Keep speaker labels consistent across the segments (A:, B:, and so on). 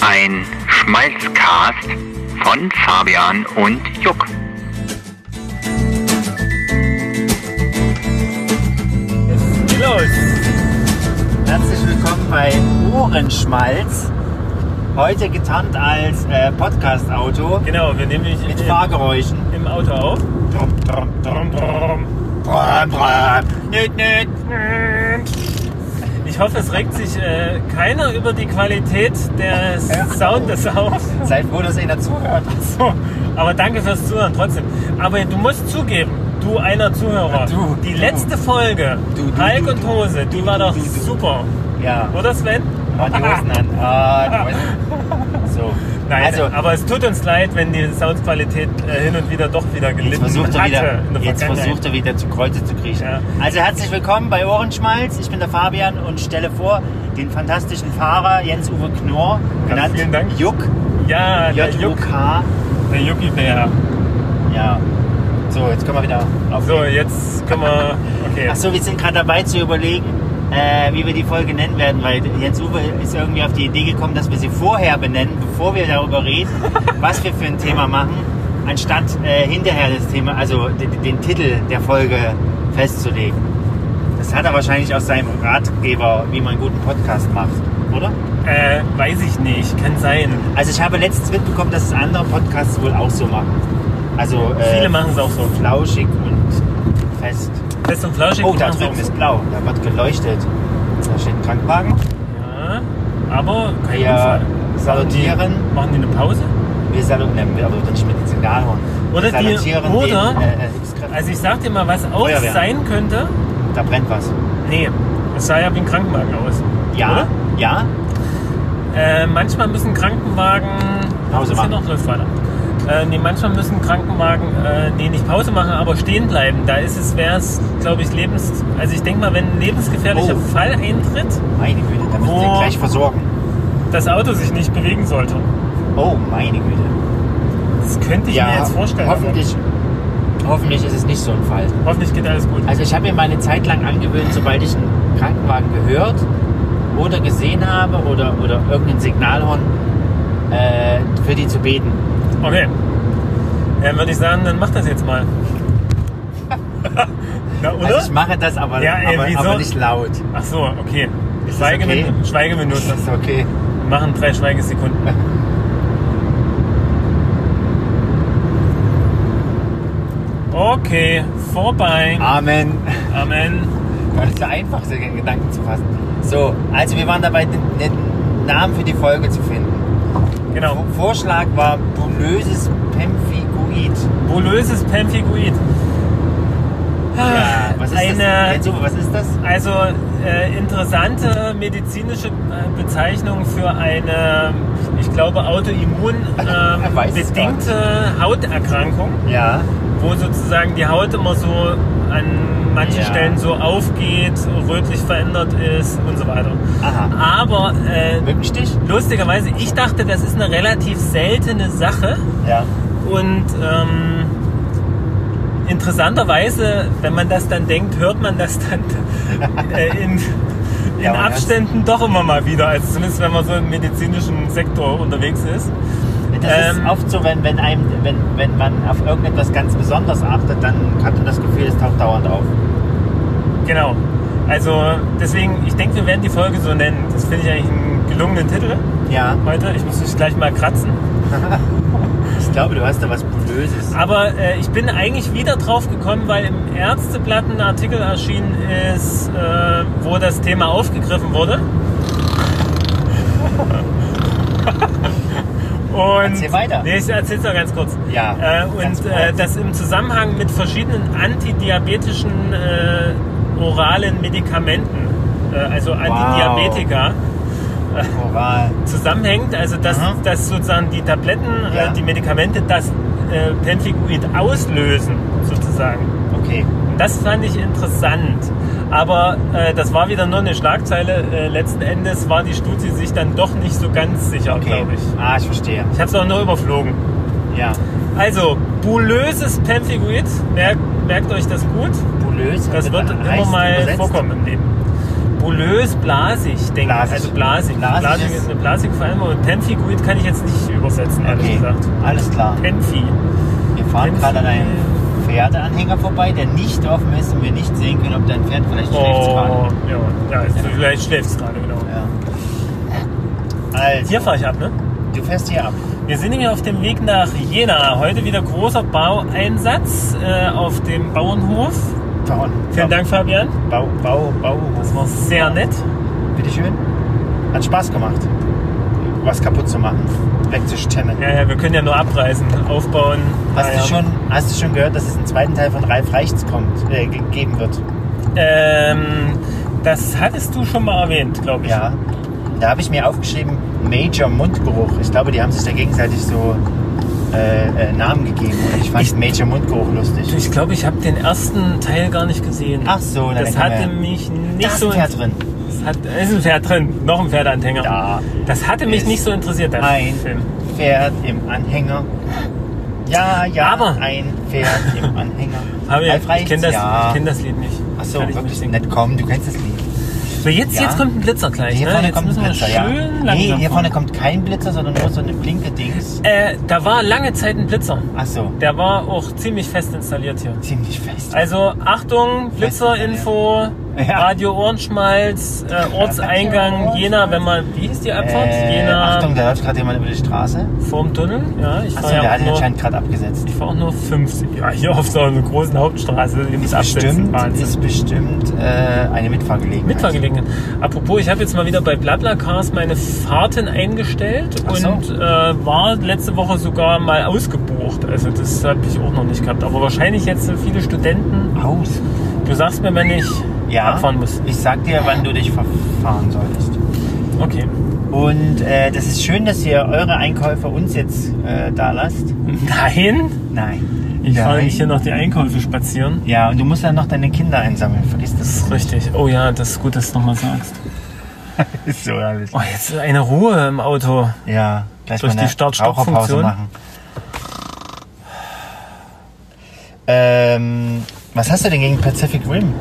A: ein Schmalzcast von Fabian und Juck.
B: Jetzt geht
C: Genau,
B: los! Herzlich willkommen bei Ohrenschmalz. Heute getarnt als äh, Podcast-Auto
C: Genau, wir nehmen nämlich
B: mit
C: im-
B: Fahrgeräuschen.
C: im Auto auf.
B: Drum, drum, drum, drum, drum. Nüt, nüt.
C: Ich hoffe, es regt sich äh, keiner über die Qualität des
B: Ja.
C: Soundes auf.
B: Seid froh, dass einer zuhört.
C: So, aber danke fürs Zuhören trotzdem. Aber du musst zugeben, du einer Zuhörer,
B: Du,
C: die
B: du.
C: letzte Folge,
B: Du, du,
C: Hulk
B: du,
C: und Hose, die war doch
B: du, du.
C: super.
B: Ja,
C: Oder Sven?
B: mach die Hosen an. Ah, die Hosen. So,
C: Nein,
B: also,
C: aber es tut uns leid, wenn die Soundqualität äh, hin und wieder doch wieder
B: jetzt
C: gelitten
B: versucht er
C: hatte
B: wieder,
C: in der
B: jetzt
C: Vergangenheit.
B: versucht er wieder zu Kreuze zu kriechen.
C: Ja.
B: Also herzlich willkommen bei Ohrenschmalz. Ich bin der Fabian und stelle vor den fantastischen Fahrer Jens-Uwe Knorr, genannt
C: vielen Dank.
B: Juck,
C: Ja, der Juck,
B: J-U-K.
C: der Jucki-Bär.
B: Ja. So, jetzt können wir wieder auf.
C: So, jetzt können wir. Okay.
B: Ach so, wir sind gerade dabei zu überlegen, äh, wie wir die Folge nennen werden, weil Jens Uwe ist irgendwie auf die Idee gekommen, dass wir sie vorher benennen, bevor wir darüber reden, was wir für ein Thema machen, anstatt äh, hinterher das Thema, also den, den Titel der Folge festzulegen. Das hat er wahrscheinlich aus seinem Ratgeber, wie man einen guten Podcast macht, oder?
C: Äh, weiß ich nicht, kann sein.
B: Also ich habe letztens mitbekommen, dass es andere Podcasts wohl auch so machen. Also äh,
C: Viele machen es auch so.
B: flauschig und fest.
C: Fest und flauschig.
B: Oh,
C: die
B: da
C: machen's
B: drüben
C: auch so.
B: ist blau. Da wird geleuchtet. Da steht ein Krankenwagen.
C: Ja, aber kein
B: Wir
C: Unfall.
B: also salutieren.
C: Machen die eine Pause?
B: Wir salutieren. Wir salutieren nicht mit dem Signalhorn.
C: Oder
B: wir
C: die-
B: salutieren
C: oder-
B: den, äh, äh, Hilfskräften.
C: Also ich sag dir mal, was auch
B: Feuerwehr.
C: sein könnte.
B: da brennt was.
C: Nee, es sah ja wie ein Krankenwagen aus.
B: Ja,
C: Oder?
B: ja.
C: Äh, manchmal müssen Krankenwagen.
B: Pause
C: Ist hier
B: machen.
C: Noch läuft weiter. Äh, nee, manchmal müssen Krankenwagen, äh, nee, nicht Pause machen, aber stehen bleiben. Da ist es, wäre es, glaube ich, lebens... Also ich denke mal, wenn ein lebensgefährlicher
B: Oh.
C: Fall eintritt,
B: Meine Güte, da müssen wir
C: Oh.
B: gleich versorgen.
C: das Auto sich nicht bewegen sollte.
B: Oh, meine Güte.
C: Das könnte ich mir jetzt vorstellen. also- aber-
B: hoffentlich, hoffentlich ist es nicht so ein Fall.
C: Hoffentlich geht alles gut.
B: Also ich habe mir mal eine Zeit lang angewöhnt, sobald ich einen Krankenwagen gehört oder gesehen habe oder, oder irgendein Signalhorn, äh, für die zu beten.
C: Okay. Dann würde ich sagen, dann mach das jetzt mal. Na, oder?
B: Also ich mache das aber,
C: Ja, ey,
B: aber,
C: wieso?
B: aber nicht laut.
C: Ach so, okay.
B: Ist das
C: Schweigeminute.
B: okay?
C: Schweigeminute.
B: ist okay.
C: Wir machen drei Schweigesekunden. Okay, vorbei.
B: Amen.
C: Amen.
B: Das ist ja einfach, sich in Gedanken zu fassen. So, also wir waren dabei, den, den Namen für die Folge zu finden.
C: Genau.
B: V- Vorschlag war bulöses Pemphiguid.
C: Bulöses Pemphiguid.
B: Ja, was ist das?
C: Ah, Eine
B: Jetzt, Uwe, was ist das?
C: Also äh, interessante medizinische äh, Bezeichnung für eine, ich glaube, autoimmun
B: Er
C: ähm,
B: weiß es
C: bedingte Hauterkrankung,
B: Ja.
C: wo sozusagen die Haut immer so an manchen
B: Ja.
C: Stellen so aufgeht, rötlich verändert ist und so weiter.
B: Aha.
C: Aber äh,
B: Mückenstich?
C: lustigerweise, ich dachte, das ist eine relativ seltene Sache.
B: Ja.
C: Und ähm, interessanterweise, wenn man das dann denkt, hört man das dann äh, in, in
B: Ja, man hört's.
C: Abständen doch immer mal wieder. Also zumindest wenn man so im medizinischen Sektor unterwegs ist.
B: Das ist
C: Ähm.
B: oft so, wenn, wenn, einem, wenn, wenn man auf irgendetwas ganz besonders achtet, dann hat man das Gefühl, es taucht dauernd auf.
C: Genau. Also deswegen, ich denke, wir werden die Folge so nennen. Das finde ich eigentlich einen gelungenen Titel
B: Ja.
C: heute. Ich muss mich gleich mal kratzen.
B: Ich glaube, du hast da was Bulöses.
C: Aber äh, ich bin eigentlich wieder drauf gekommen, weil im Ärzteblatt ein Artikel erschienen ist, äh, wo das Thema aufgegriffen wurde. und
B: Erzähl weiter.
C: Nee, ich erzähl's noch ganz kurz.
B: Ja,
C: Äh,
B: ganz
C: und
B: kurz.
C: äh, das im Zusammenhang mit verschiedenen antidiabetischen äh, oralen Medikamenten, äh, also Antidiabetika, Ah.
B: Oral.
C: zusammenhängt, also dass,
B: Aha.
C: dass sozusagen die Tabletten,
B: Ja.
C: äh, die Medikamente das äh, Pemphigoid auslösen, sozusagen.
B: Okay.
C: Und das fand ich interessant. Aber äh, das war wieder nur eine Schlagzeile. Äh, letzten Endes war die Studie sich dann doch nicht so ganz sicher,
B: Okay.
C: glaube ich.
B: Ah, ich verstehe.
C: Ich habe es auch nur überflogen.
B: Ja.
C: Also, bulöses Pemphigoid, merkt, merkt euch das gut.
B: Bulös.
C: Das
B: also
C: wird
B: heißt
C: immer mal
B: übersetzt
C: vorkommen im Leben. bulös, blasig, denke ich.
B: Blasig.
C: Also blasig.
B: Blasig ist-
C: ist eine blasige Palme und Penfiguit kann ich jetzt nicht übersetzen, ehrlich
B: Okay,
C: gesagt.
B: alles klar.
C: Penfi.
B: Wir fahren
C: Penfi.
B: gerade an einem Pferdeanhänger vorbei, der nicht offen ist und wir nicht sehen können, ob dein Pferd vielleicht schläft
C: Oh,
B: gerade.
C: ja. ja, also vielleicht schläft es gerade, genau.
B: Ja. Also,
C: Hier fahre ich ab, ne?
B: du fährst hier ab.
C: Wir sind nämlich auf dem Weg nach Jena. Heute wieder großer Baueinsatz äh, auf dem Bauernhof.
B: Frauen.
C: Vielen Dank, Fabian.
B: Bau, Bau, Bau.
C: Das war sehr nett.
B: Bitteschön. Hat Spaß gemacht, was kaputt zu machen, wegzustemmen.
C: Ja, ja, wir können ja nur abreißen, aufbauen.
B: Hast,
C: ja,
B: du schon, hast du schon gehört, dass es einen zweiten Teil von Ralf Reichts kommt, äh, ge- geben wird?
C: Ähm, das hattest du schon mal erwähnt, glaube ich.
B: Ja. Da habe ich mir aufgeschrieben, Major Mundgeruch. Ich glaube, die haben sich da gegenseitig so äh, äh, Namen gegeben. Und ich fand
C: Ich-
B: Major Mundgeruch lustig.
C: Ich glaube, ich habe den ersten Teil gar nicht gesehen.
B: Ach so, na,
C: das
B: dann kann
C: hatte
B: man-
C: mich nicht
B: Da ist
C: so.
B: ein Pferd drin.
C: Das hat, da ist ein Pferd drin, noch ein Pferdeanhänger.
B: Da
C: Das hatte mich
B: ist
C: nicht so interessiert, der
B: ein
C: Film.
B: Pferd im Anhänger. Ja, ja,
C: Aber-
B: ein Pferd im Anhänger.
C: Fabian,
B: Ralf Reichts,
C: ich kenne das,
B: ja.
C: ich kenn das Lied nicht.
B: Ach so,
C: Kann ich nicht
B: wirklich
C: singen.
B: nicht kommen, du kennst das Lied.
C: So, jetzt,
B: Ja.
C: jetzt kommt ein Blitzer gleich.
B: Hier
C: ne?
B: vorne
C: jetzt
B: kommt
C: müssen
B: ein
C: wir
B: Blitzer,
C: schön
B: ja. Nee,
C: langsam
B: hier
C: fahren.
B: vorne kommt kein Blitzer, sondern nur so eine blinke Dings.
C: Äh, da war lange Zeit ein Blitzer.
B: Ach so,
C: Der war auch ziemlich fest installiert hier.
B: ziemlich fest.
C: Also Achtung, Blitzer-Info,
B: Ja.
C: Radio Ohrenschmalz, äh, Ortseingang Jena, wenn man, wie hieß die Abfahrt?
B: Äh,
C: Jena
B: Achtung, da läuft gerade jemand über die Straße.
C: vorm Tunnel. Ja, ich
B: Achso,
C: fahre
B: der
C: ja
B: hat
C: auch
B: ihn
C: nur,
B: anscheinend gerade abgesetzt.
C: ich fahr auch nur 50. Ja, hier auf so einer großen Hauptstraße. die muss
B: Ist
C: absetzen.
B: bestimmt,
C: Wahnsinn.
B: ist bestimmt äh, eine Mitfahrgelegenheit.
C: halt Mitfahrgelegenheit. Apropos, ich habe jetzt mal wieder bei BlaBlaCars meine Fahrten eingestellt
B: Ach so.
C: und äh, war letzte Woche sogar mal ausgebucht. Also das habe ich auch noch nicht gehabt. Aber wahrscheinlich jetzt sind viele Studenten.
B: Aus.
C: Du sagst mir, wenn ich
B: Ja,
C: abfahren muss.
B: ich sag dir, wann du dich verfahren solltest.
C: Okay.
B: Und äh, das ist schön, dass ihr eure Einkäufe uns jetzt äh, da lasst.
C: Nein.
B: Nein.
C: Ich fahre
B: Nein.
C: nicht hier noch die Einkäufe spazieren.
B: Ja, und du musst dann noch deine Kinder einsammeln. Vergiss das.
C: Das ist richtig. Oh ja, das ist gut, dass du nochmal sagst.
B: Ist so alles.
C: Oh, jetzt ist eine Ruhe im Auto.
B: Ja, gleich
C: Durch
B: mal eine
C: die Start-Stopp-Funktion?
B: Raucherpause machen. Ähm, was hast du denn gegen Pacific Rim?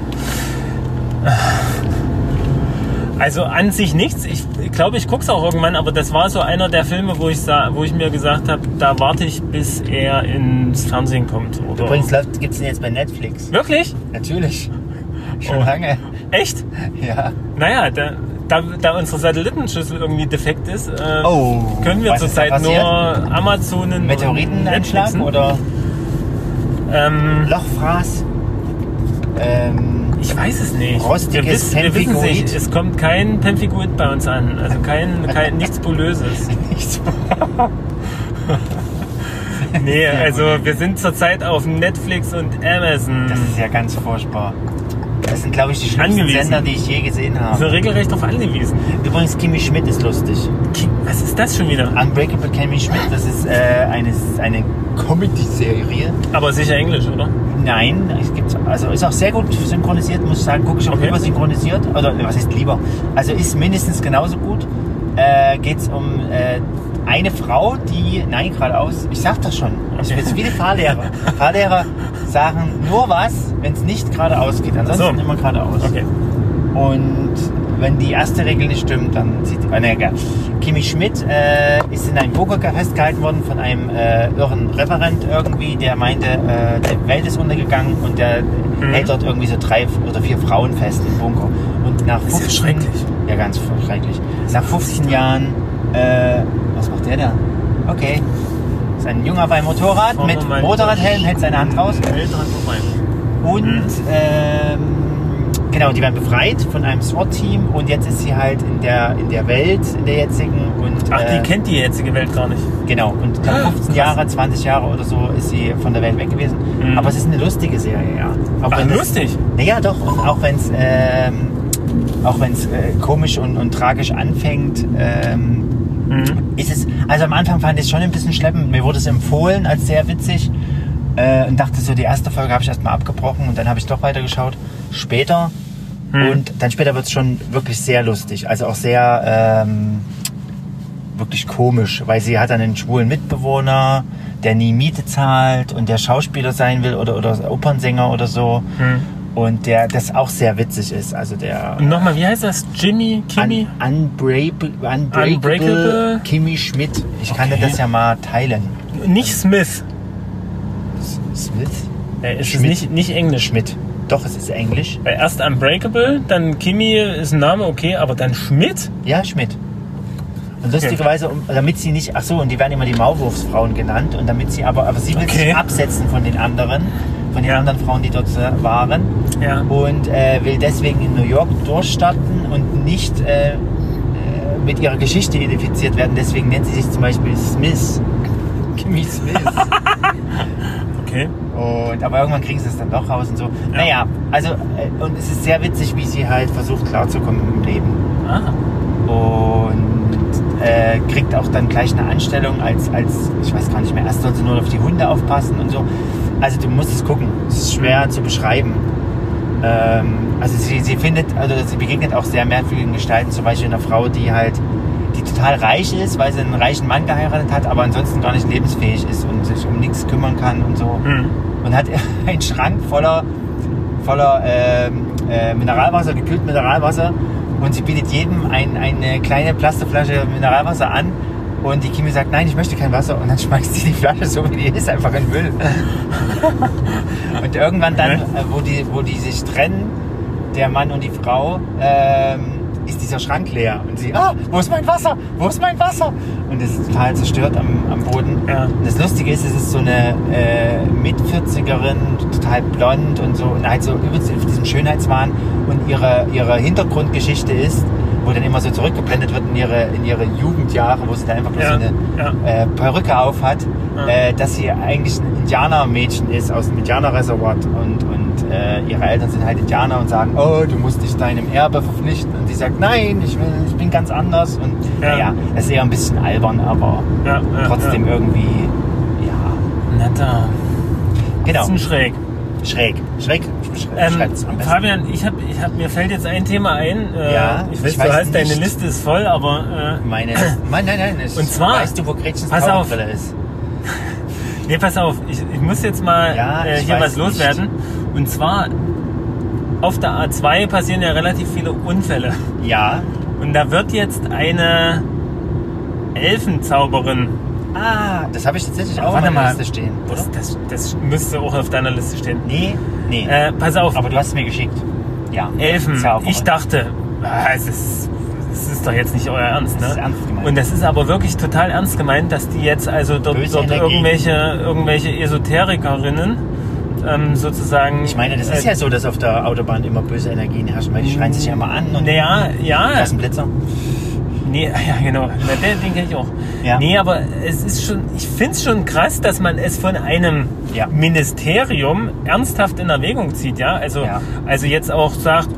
C: Also an sich nichts. Ich glaube, ich gucke es auch irgendwann, aber das war so einer der Filme, wo ich, sa- wo ich mir gesagt habe, da warte ich, bis er ins Fernsehen kommt. Oder
B: Übrigens gibt es den jetzt bei Netflix.
C: Wirklich?
B: Natürlich. Schon
C: Oh.
B: lange.
C: Echt?
B: Ja.
C: Naja, da, da, da unsere Satellitenschüssel irgendwie defekt ist, äh,
B: Oh,
C: können wir
B: was ist da
C: zurzeit nur
B: passiert?
C: Amazonen und
B: Meteoriteneinschlag
C: Netflixen.
B: oder
C: Ähm,
B: Lochfraß? Ähm,
C: ich weiß es nicht.
B: Rostiges
C: wir wissen, wir wissen es
B: Pemphigoid.
C: nicht. Es kommt kein Pemphigoid bei uns an. Also kein, kein nichts Bulöses.
B: nichts.
C: Hm. Nee, also wir sind zurzeit auf Netflix und Amazon.
B: Das ist ja ganz furchtbar. Das sind, glaube ich, die schlimmsten
C: Angewiesen.
B: Sender, die ich je gesehen
C: Also
B: habe.
C: regelrecht auf angewiesen.
B: Übrigens, Kimi Schmidt ist lustig.
C: Ki- Was ist das schon wieder?
B: Unbreakable Kimmy Schmidt, das ist äh, eine, eine Comedy-Serie.
C: Aber sicher Englisch, oder?
B: Nein, es gibt, also ist auch sehr gut synchronisiert, muss ich sagen. Gucke ich auch
C: Okay.
B: lieber synchronisiert. Oder was heißt lieber? Also ist mindestens genauso gut. Äh, Geht es um äh, eine Frau, die, nein, geradeaus, ich sag das schon. Also Ich bin
C: Okay.
B: so viele Fahrlehrer. Fahrlehrer sagen nur was, wenn es nicht geradeaus geht. Ansonsten
C: So.
B: immer geradeaus.
C: Okay.
B: Und wenn die erste Regel nicht stimmt, dann zieht die. Oh, nee, egal. Kimi Schmidt äh, ist in einem Burgerker festgehalten worden von einem äh, irren Referent irgendwie, der meinte, äh, die Welt ist untergegangen und der
C: Mhm.
B: hält dort irgendwie so drei oder vier Frauen fest im Bunker. Und nach
C: Ist ja
B: 15,
C: schrecklich.
B: Ja, ganz schrecklich. Nach 15 Jahren, äh, was macht der da? Okay. Ist ein junger beim Motorrad
C: Fahren wir
B: mit
C: mal-
B: Motorradhelm, hält seine Hand raus.
C: Welt dran vorbei.
B: Und
C: Mhm.
B: ähm, genau, die werden befreit von einem SWAT-Team und jetzt ist sie halt in der, in der Welt, in der jetzigen. Und,
C: Ach,
B: äh,
C: die Ah, kennt die jetzige Welt gar nicht.
B: Genau, und dann 15 Jahre, 20 Jahre oder so ist sie von der Welt weg gewesen.
C: Mhm.
B: Aber es ist eine lustige Serie, ja. Auch
C: Ach,
B: wenn das-
C: Ah, lustig.
B: Naja, doch, und auch wenn es ähm, auch wenn's, äh, komisch und, und tragisch anfängt. Ähm,
C: Mhm.
B: ist es, also am Anfang fand ich es schon ein bisschen schleppend. Mir wurde es empfohlen als sehr witzig äh, und dachte so, die erste Folge habe ich erstmal abgebrochen und dann habe ich doch weitergeschaut. Später
C: Hm.
B: und dann später wird es schon wirklich sehr lustig. Also auch sehr ähm, wirklich komisch, weil sie hat dann einen schwulen Mitbewohner, der nie Miete zahlt und der Schauspieler sein will oder, oder Opernsänger oder so.
C: Mhm.
B: Und der das auch sehr witzig ist. Also der
C: Und nochmal, wie heißt das? Jimmy, Kimmy?
B: Un unbreakable, unbreakable,
C: Unbreakable.
B: Kimi Schmidt. Ich kann dir
C: Okay.
B: das ja mal teilen.
C: nicht Smith.
B: S- Smith?
C: Äh, es ist
B: Schmidt.
C: nicht, nicht Englisch.
B: Schmidt. Doch, es ist Englisch.
C: Weil erst Unbreakable, dann Kimi ist ein Name, okay, aber dann Schmidt?
B: Ja, Schmidt. Und lustigerweise, um, damit sie nicht, ach so, und die werden immer die Maulwurfsfrauen genannt, und damit sie aber, aber sie will
C: Okay.
B: sich absetzen von den anderen, von den
C: Ja.
B: anderen Frauen, die dort äh, waren,
C: Ja.
B: und äh, will deswegen in New York durchstarten und nicht äh, äh, mit ihrer Geschichte identifiziert werden. Deswegen nennt sie sich zum Beispiel Smith. Kimmy Smith.
C: Okay.
B: Und, aber irgendwann kriegen sie es dann doch raus und so. Naja, also, äh, und es ist sehr witzig, wie sie halt versucht klarzukommen im Leben
C: Ah,
B: und äh, kriegt auch dann gleich eine Anstellung als, als, ich weiß gar nicht mehr, erst soll sie nur auf die Hunde aufpassen und so. Also du musst es gucken, es ist schwer zu beschreiben. Ähm, also sie, sie findet, also sie begegnet auch sehr merkwürdigen Gestalten, zum Beispiel einer Frau, die halt, die total reich ist, weil sie einen reichen Mann geheiratet hat, aber ansonsten gar nicht lebensfähig ist und sich um nichts kümmern kann und so.
C: hm.
B: Und hat einen Schrank voller voller ähm, äh, Mineralwasser, gekühlt Mineralwasser. Und sie bietet jedem ein, eine kleine Plastikflasche Mineralwasser an. Und die Kimi sagt, nein, ich möchte kein Wasser. Und dann schmeißt sie die Flasche so wie die ist einfach in den Müll. und irgendwann dann, äh, wo, die, wo die sich trennen, der Mann und die Frau, ähm, ist dieser Schrank leer. Und sie, ah, wo ist mein Wasser? Wo ist mein Wasser? Und es ist total zerstört am, am Boden.
C: Ja.
B: Und das Lustige ist, es ist so eine äh, Mit-40erin, total blond und so, und halt so übelst auf diesem Schönheitswahn. Und ihre, ihre Hintergrundgeschichte ist, wo dann immer so zurückgeblendet wird in ihre, in ihre Jugendjahre, wo sie dann einfach nur
C: Ja,
B: so eine
C: ja.
B: äh, Perücke auf hat,
C: Ja.
B: äh, dass sie eigentlich ein Indianermädchen ist aus dem Indianerreservat und, und äh, ihre Eltern sind halt Indianer und sagen, oh, du musst dich deinem Erbe verpflichten. Und sie sagt, nein, ich, will, ich bin ganz anders. Und
C: Ja.
B: naja, das ist eher ein bisschen albern, aber
C: Ja, ja,
B: trotzdem
C: Ja.
B: irgendwie, ja,
C: Netter.
B: genau.
C: Bisschen schräg.
B: Schräg. Schräg. Schräg.
C: Ähm,
B: schreibt's am besten.
C: Fabian, ich hab, ich hab, mir fällt jetzt ein Thema ein. Äh,
B: Ja,
C: ich weiß,
B: ich
C: du
B: weiß
C: hast deine
B: nicht.
C: Liste ist voll, aber äh,
B: Meine. Nein, nein, nein. es-
C: Und zwar-
B: Weißt du, wo Gretchens
C: Pass auf.
B: Taucherbrille ist?
C: äh, nee, pass auf, ich, ich muss jetzt mal
B: Ja,
C: äh,
B: ich
C: hier
B: weiß
C: was loswerden. Und zwar auf der A2 passieren ja relativ viele Unfälle.
B: Ja.
C: Und da wird jetzt eine Elfenzauberin.
B: Ah, das habe ich tatsächlich auch auf
C: Warte mal.
B: meiner Liste stehen. Oder?
C: Das, das, das müsste auch auf deiner Liste stehen.
B: Nee, nee.
C: Äh, pass auf,
B: Aber du hast es mir geschickt. Ja.
C: Elfen.
B: Zauberer.
C: Ich dachte, ah, es, ist, es ist doch jetzt nicht euer Ernst, ne?
B: Das ist ernst gemeint.
C: Und das ist aber wirklich total ernst gemeint, dass die jetzt also dort,
B: Böse
C: dort
B: Energie.
C: irgendwelche, irgendwelche Esoterikerinnen ähm, sozusagen. äh,
B: Ich meine, das ist ja so, dass auf der Autobahn immer böse Energien herrschen, weil die schreien sich ja immer an und
C: Naja, ja.
B: lassen Blitzer.
C: Nee, ja, genau. Na, den, den kenne ich auch.
B: Ja.
C: Nee, aber es ist schon, ich finde es schon krass, dass man es von einem
B: Ja.
C: Ministerium ernsthaft in Erwägung zieht, ja? Also,
B: Ja.
C: also jetzt auch sagt,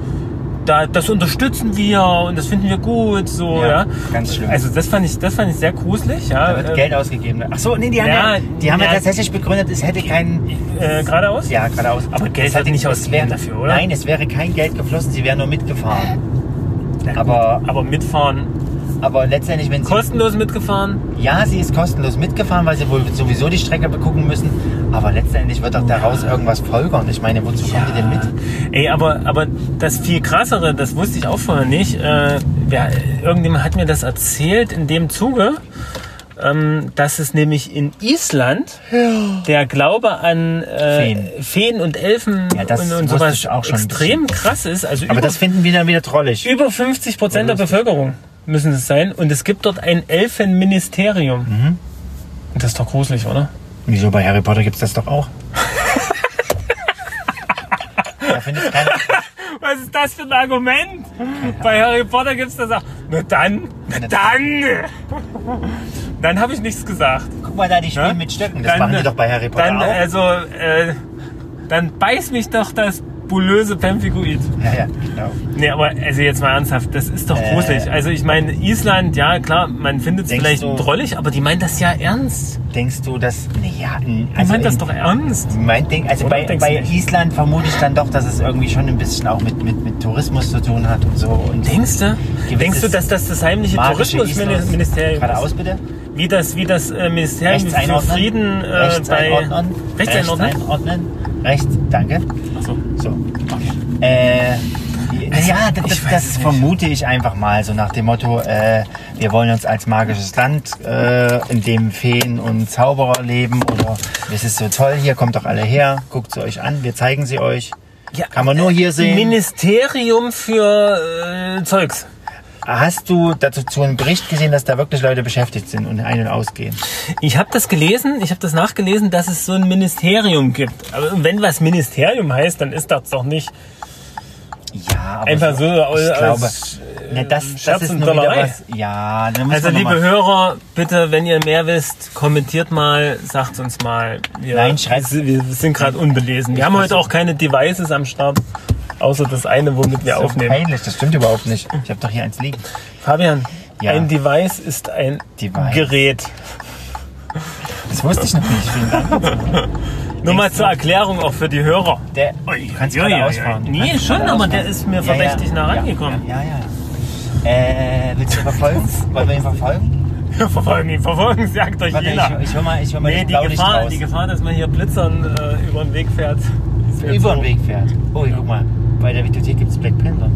C: da, das unterstützen wir und das finden wir gut, so, ja.
B: Ja, ganz schlimm.
C: Also, das fand ich, das fand ich sehr gruselig, ja.
B: Da wird
C: Äh,
B: Geld ausgegeben. Ach so, nee, die haben
C: Ja,
B: ja, die haben ja,
C: ja.
B: tatsächlich begründet, es hätte keinen.
C: äh, geradeaus?
B: Ja, geradeaus.
C: Aber Geld
B: Es hätte-
C: wird nicht
B: es
C: ausgegeben
B: wäre-
C: dafür, oder?
B: Nein, es wäre kein Geld geflossen, sie wären nur mitgefahren.
C: Na gut,
B: aber-
C: aber mitfahren.
B: Aber letztendlich, wenn sie.
C: Kostenlos mitgefahren?
B: ja, sie ist kostenlos mitgefahren, weil sie wohl sowieso die Strecke begucken müssen. Aber letztendlich wird doch daraus irgendwas folgern. Ich meine, wozu kommen die denn mit?
C: Ey, aber, aber das viel krassere, das wusste ich auch vorher nicht. Äh, wer, irgendjemand hat mir das erzählt in dem Zuge, ähm, dass es nämlich in Island der Glaube an äh, Feen.
B: Feen.
C: und Elfen
B: Ja, das
C: und, und
B: wusste
C: sowas
B: ich auch schon ein
C: extrem krass ist. Also
B: Aber
C: über,
B: das finden wir dann wieder trollig.
C: über 50 Prozent der Bevölkerung müssen es sein. Und es gibt dort ein Elfenministerium.
B: Mhm.
C: Und Das ist doch gruselig, oder?
B: Wieso bei Harry Potter gibt's das doch auch? da findet keiner.
C: Was ist das für ein Argument? Bei Harry Potter gibt es das auch. Na dann, na dann. Dann habe ich nichts gesagt.
B: Guck mal da, die spielen
C: Ja?
B: mit Stöcken. Das machen die doch bei Harry Potter
C: dann,
B: auch.
C: Also, äh, dann beiß mich doch das bulöse Pemphiguid.
B: ja, ja, genau.
C: Nee, aber also jetzt mal ernsthaft, das ist doch
B: Äh.
C: gruselig. Also ich meine, Island, ja klar, man findet es
B: Denkst
C: vielleicht
B: du-
C: drollig, aber die meint das ja ernst.
B: Denkst du, dass. Naja,
C: Die meint das doch ernst.
B: also Mein Ding, also
C: Oder
B: bei,
C: denkst du
B: bei
C: nicht?
B: Island vermute ich dann doch, dass es irgendwie schon ein bisschen auch mit, mit, mit Tourismus zu tun hat und so. Und
C: Denkst du?
B: Gewisses
C: Denkst du, dass das das heimliche
B: magische Island.
C: Tourismusministerium ist?
B: Geradeaus bitte?
C: Wie das, wie das äh, Ministerium
B: Rechts
C: für
B: einordnen.
C: Frieden äh,
B: rechts
C: bei.
B: einordnen.
C: Rechts einordnen?
B: einordnen. Rechts, danke.
C: Achso.
B: So. Äh, ja, das,
C: Also, ich
B: das,
C: weiß es
B: das
C: nicht.
B: vermute ich einfach mal so nach dem Motto, äh, wir wollen uns als magisches Land, äh, in dem Feen und Zauberer leben oder es ist so toll hier, kommt doch alle her, guckt sie euch an, wir zeigen sie euch.
C: Ja, äh,
B: Kann man nur hier sehen.
C: Ministerium für äh, Zeugs.
B: Hast du dazu zu einem Bericht gesehen, dass da wirklich Leute beschäftigt sind und ein- und ausgehen?
C: Ich habe das gelesen, ich habe das nachgelesen, dass es so ein Ministerium gibt. Aber wenn was Ministerium heißt, dann ist das doch nicht
B: Ja, aber
C: einfach so.
B: ich glaube,
C: Als,
B: ne, das,
C: Scherz
B: das ist
C: und
B: nur wieder
C: Dollerei.
B: was. Ja, da muss
C: also
B: man noch
C: liebe
B: mal-
C: Hörer, bitte, wenn ihr mehr wisst, kommentiert mal, sagt uns mal. Wir,
B: Nein, schreibt-
C: wir sind gerade unbelesen. Wir haben heute auch keine Devices am Start, außer das eine, womit wir
B: so
C: aufnehmen.
B: Peinlich, das stimmt überhaupt nicht. Ich habe doch hier eins liegen.
C: Fabian,
B: Ja.
C: ein Device ist ein
B: Device.
C: Gerät.
B: Das wusste ich noch nicht. Vielen Dank.
C: Nur mal zur Erklärung auch für die Hörer.
B: Der, du kannst gerade ausfahren. Du
C: Nee,
B: kannst
C: schon,
B: gerade
C: aber
B: ausfahren.
C: der ist mir verdächtig nah rangekommen.
B: Ja, ja. ja. Äh, willst du ihn verfolgen? Wollen wir ihn verfolgen?
C: Verfolgen ihn, verfolgen, sagt euch
B: Warte,
C: jeder.
B: ich, ich hör mal, ich hör mal
C: Nee,
B: das
C: die
B: Blaulicht
C: Gefahr,
B: raus.
C: die Gefahr, dass man hier blitzern äh, über den Weg fährt. ist mir
B: über
C: zu
B: den Weg fährt. Oh, hier, guck mal. Bei der Videothek gibt es Black Panther.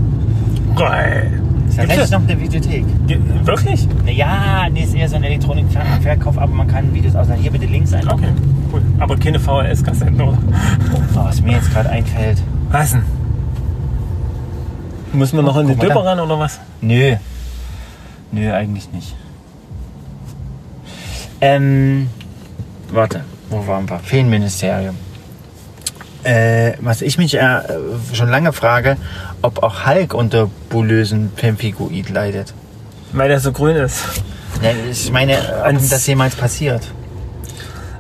C: Geil.
B: Ist ja
C: Gibt's
B: rechts
C: das?
B: noch eine Videothek.
C: Ge- Wirklich?
B: Na ja, nee, ist eher so ein Elektronikverkauf, aber man kann Videos ausleihen. Hier bitte links ein.
C: Okay, cool. Aber keine VHS-Kassetten, oder?
B: Oh, was mir jetzt gerade einfällt.
C: Was denn? Müssen wir noch in die
B: Guck mal
C: Döper
B: da.
C: ran oder was?
B: Nö. Nö, eigentlich nicht. Ähm, warte, wo waren wir? Feenministerium. Äh, was ich mich äh, schon lange frage, ob auch Hulk unter bulösen Pemphigoid leidet.
C: Weil der so grün ist.
B: Ja, ich meine, ob
C: Ans-
B: ihm das jemals passiert.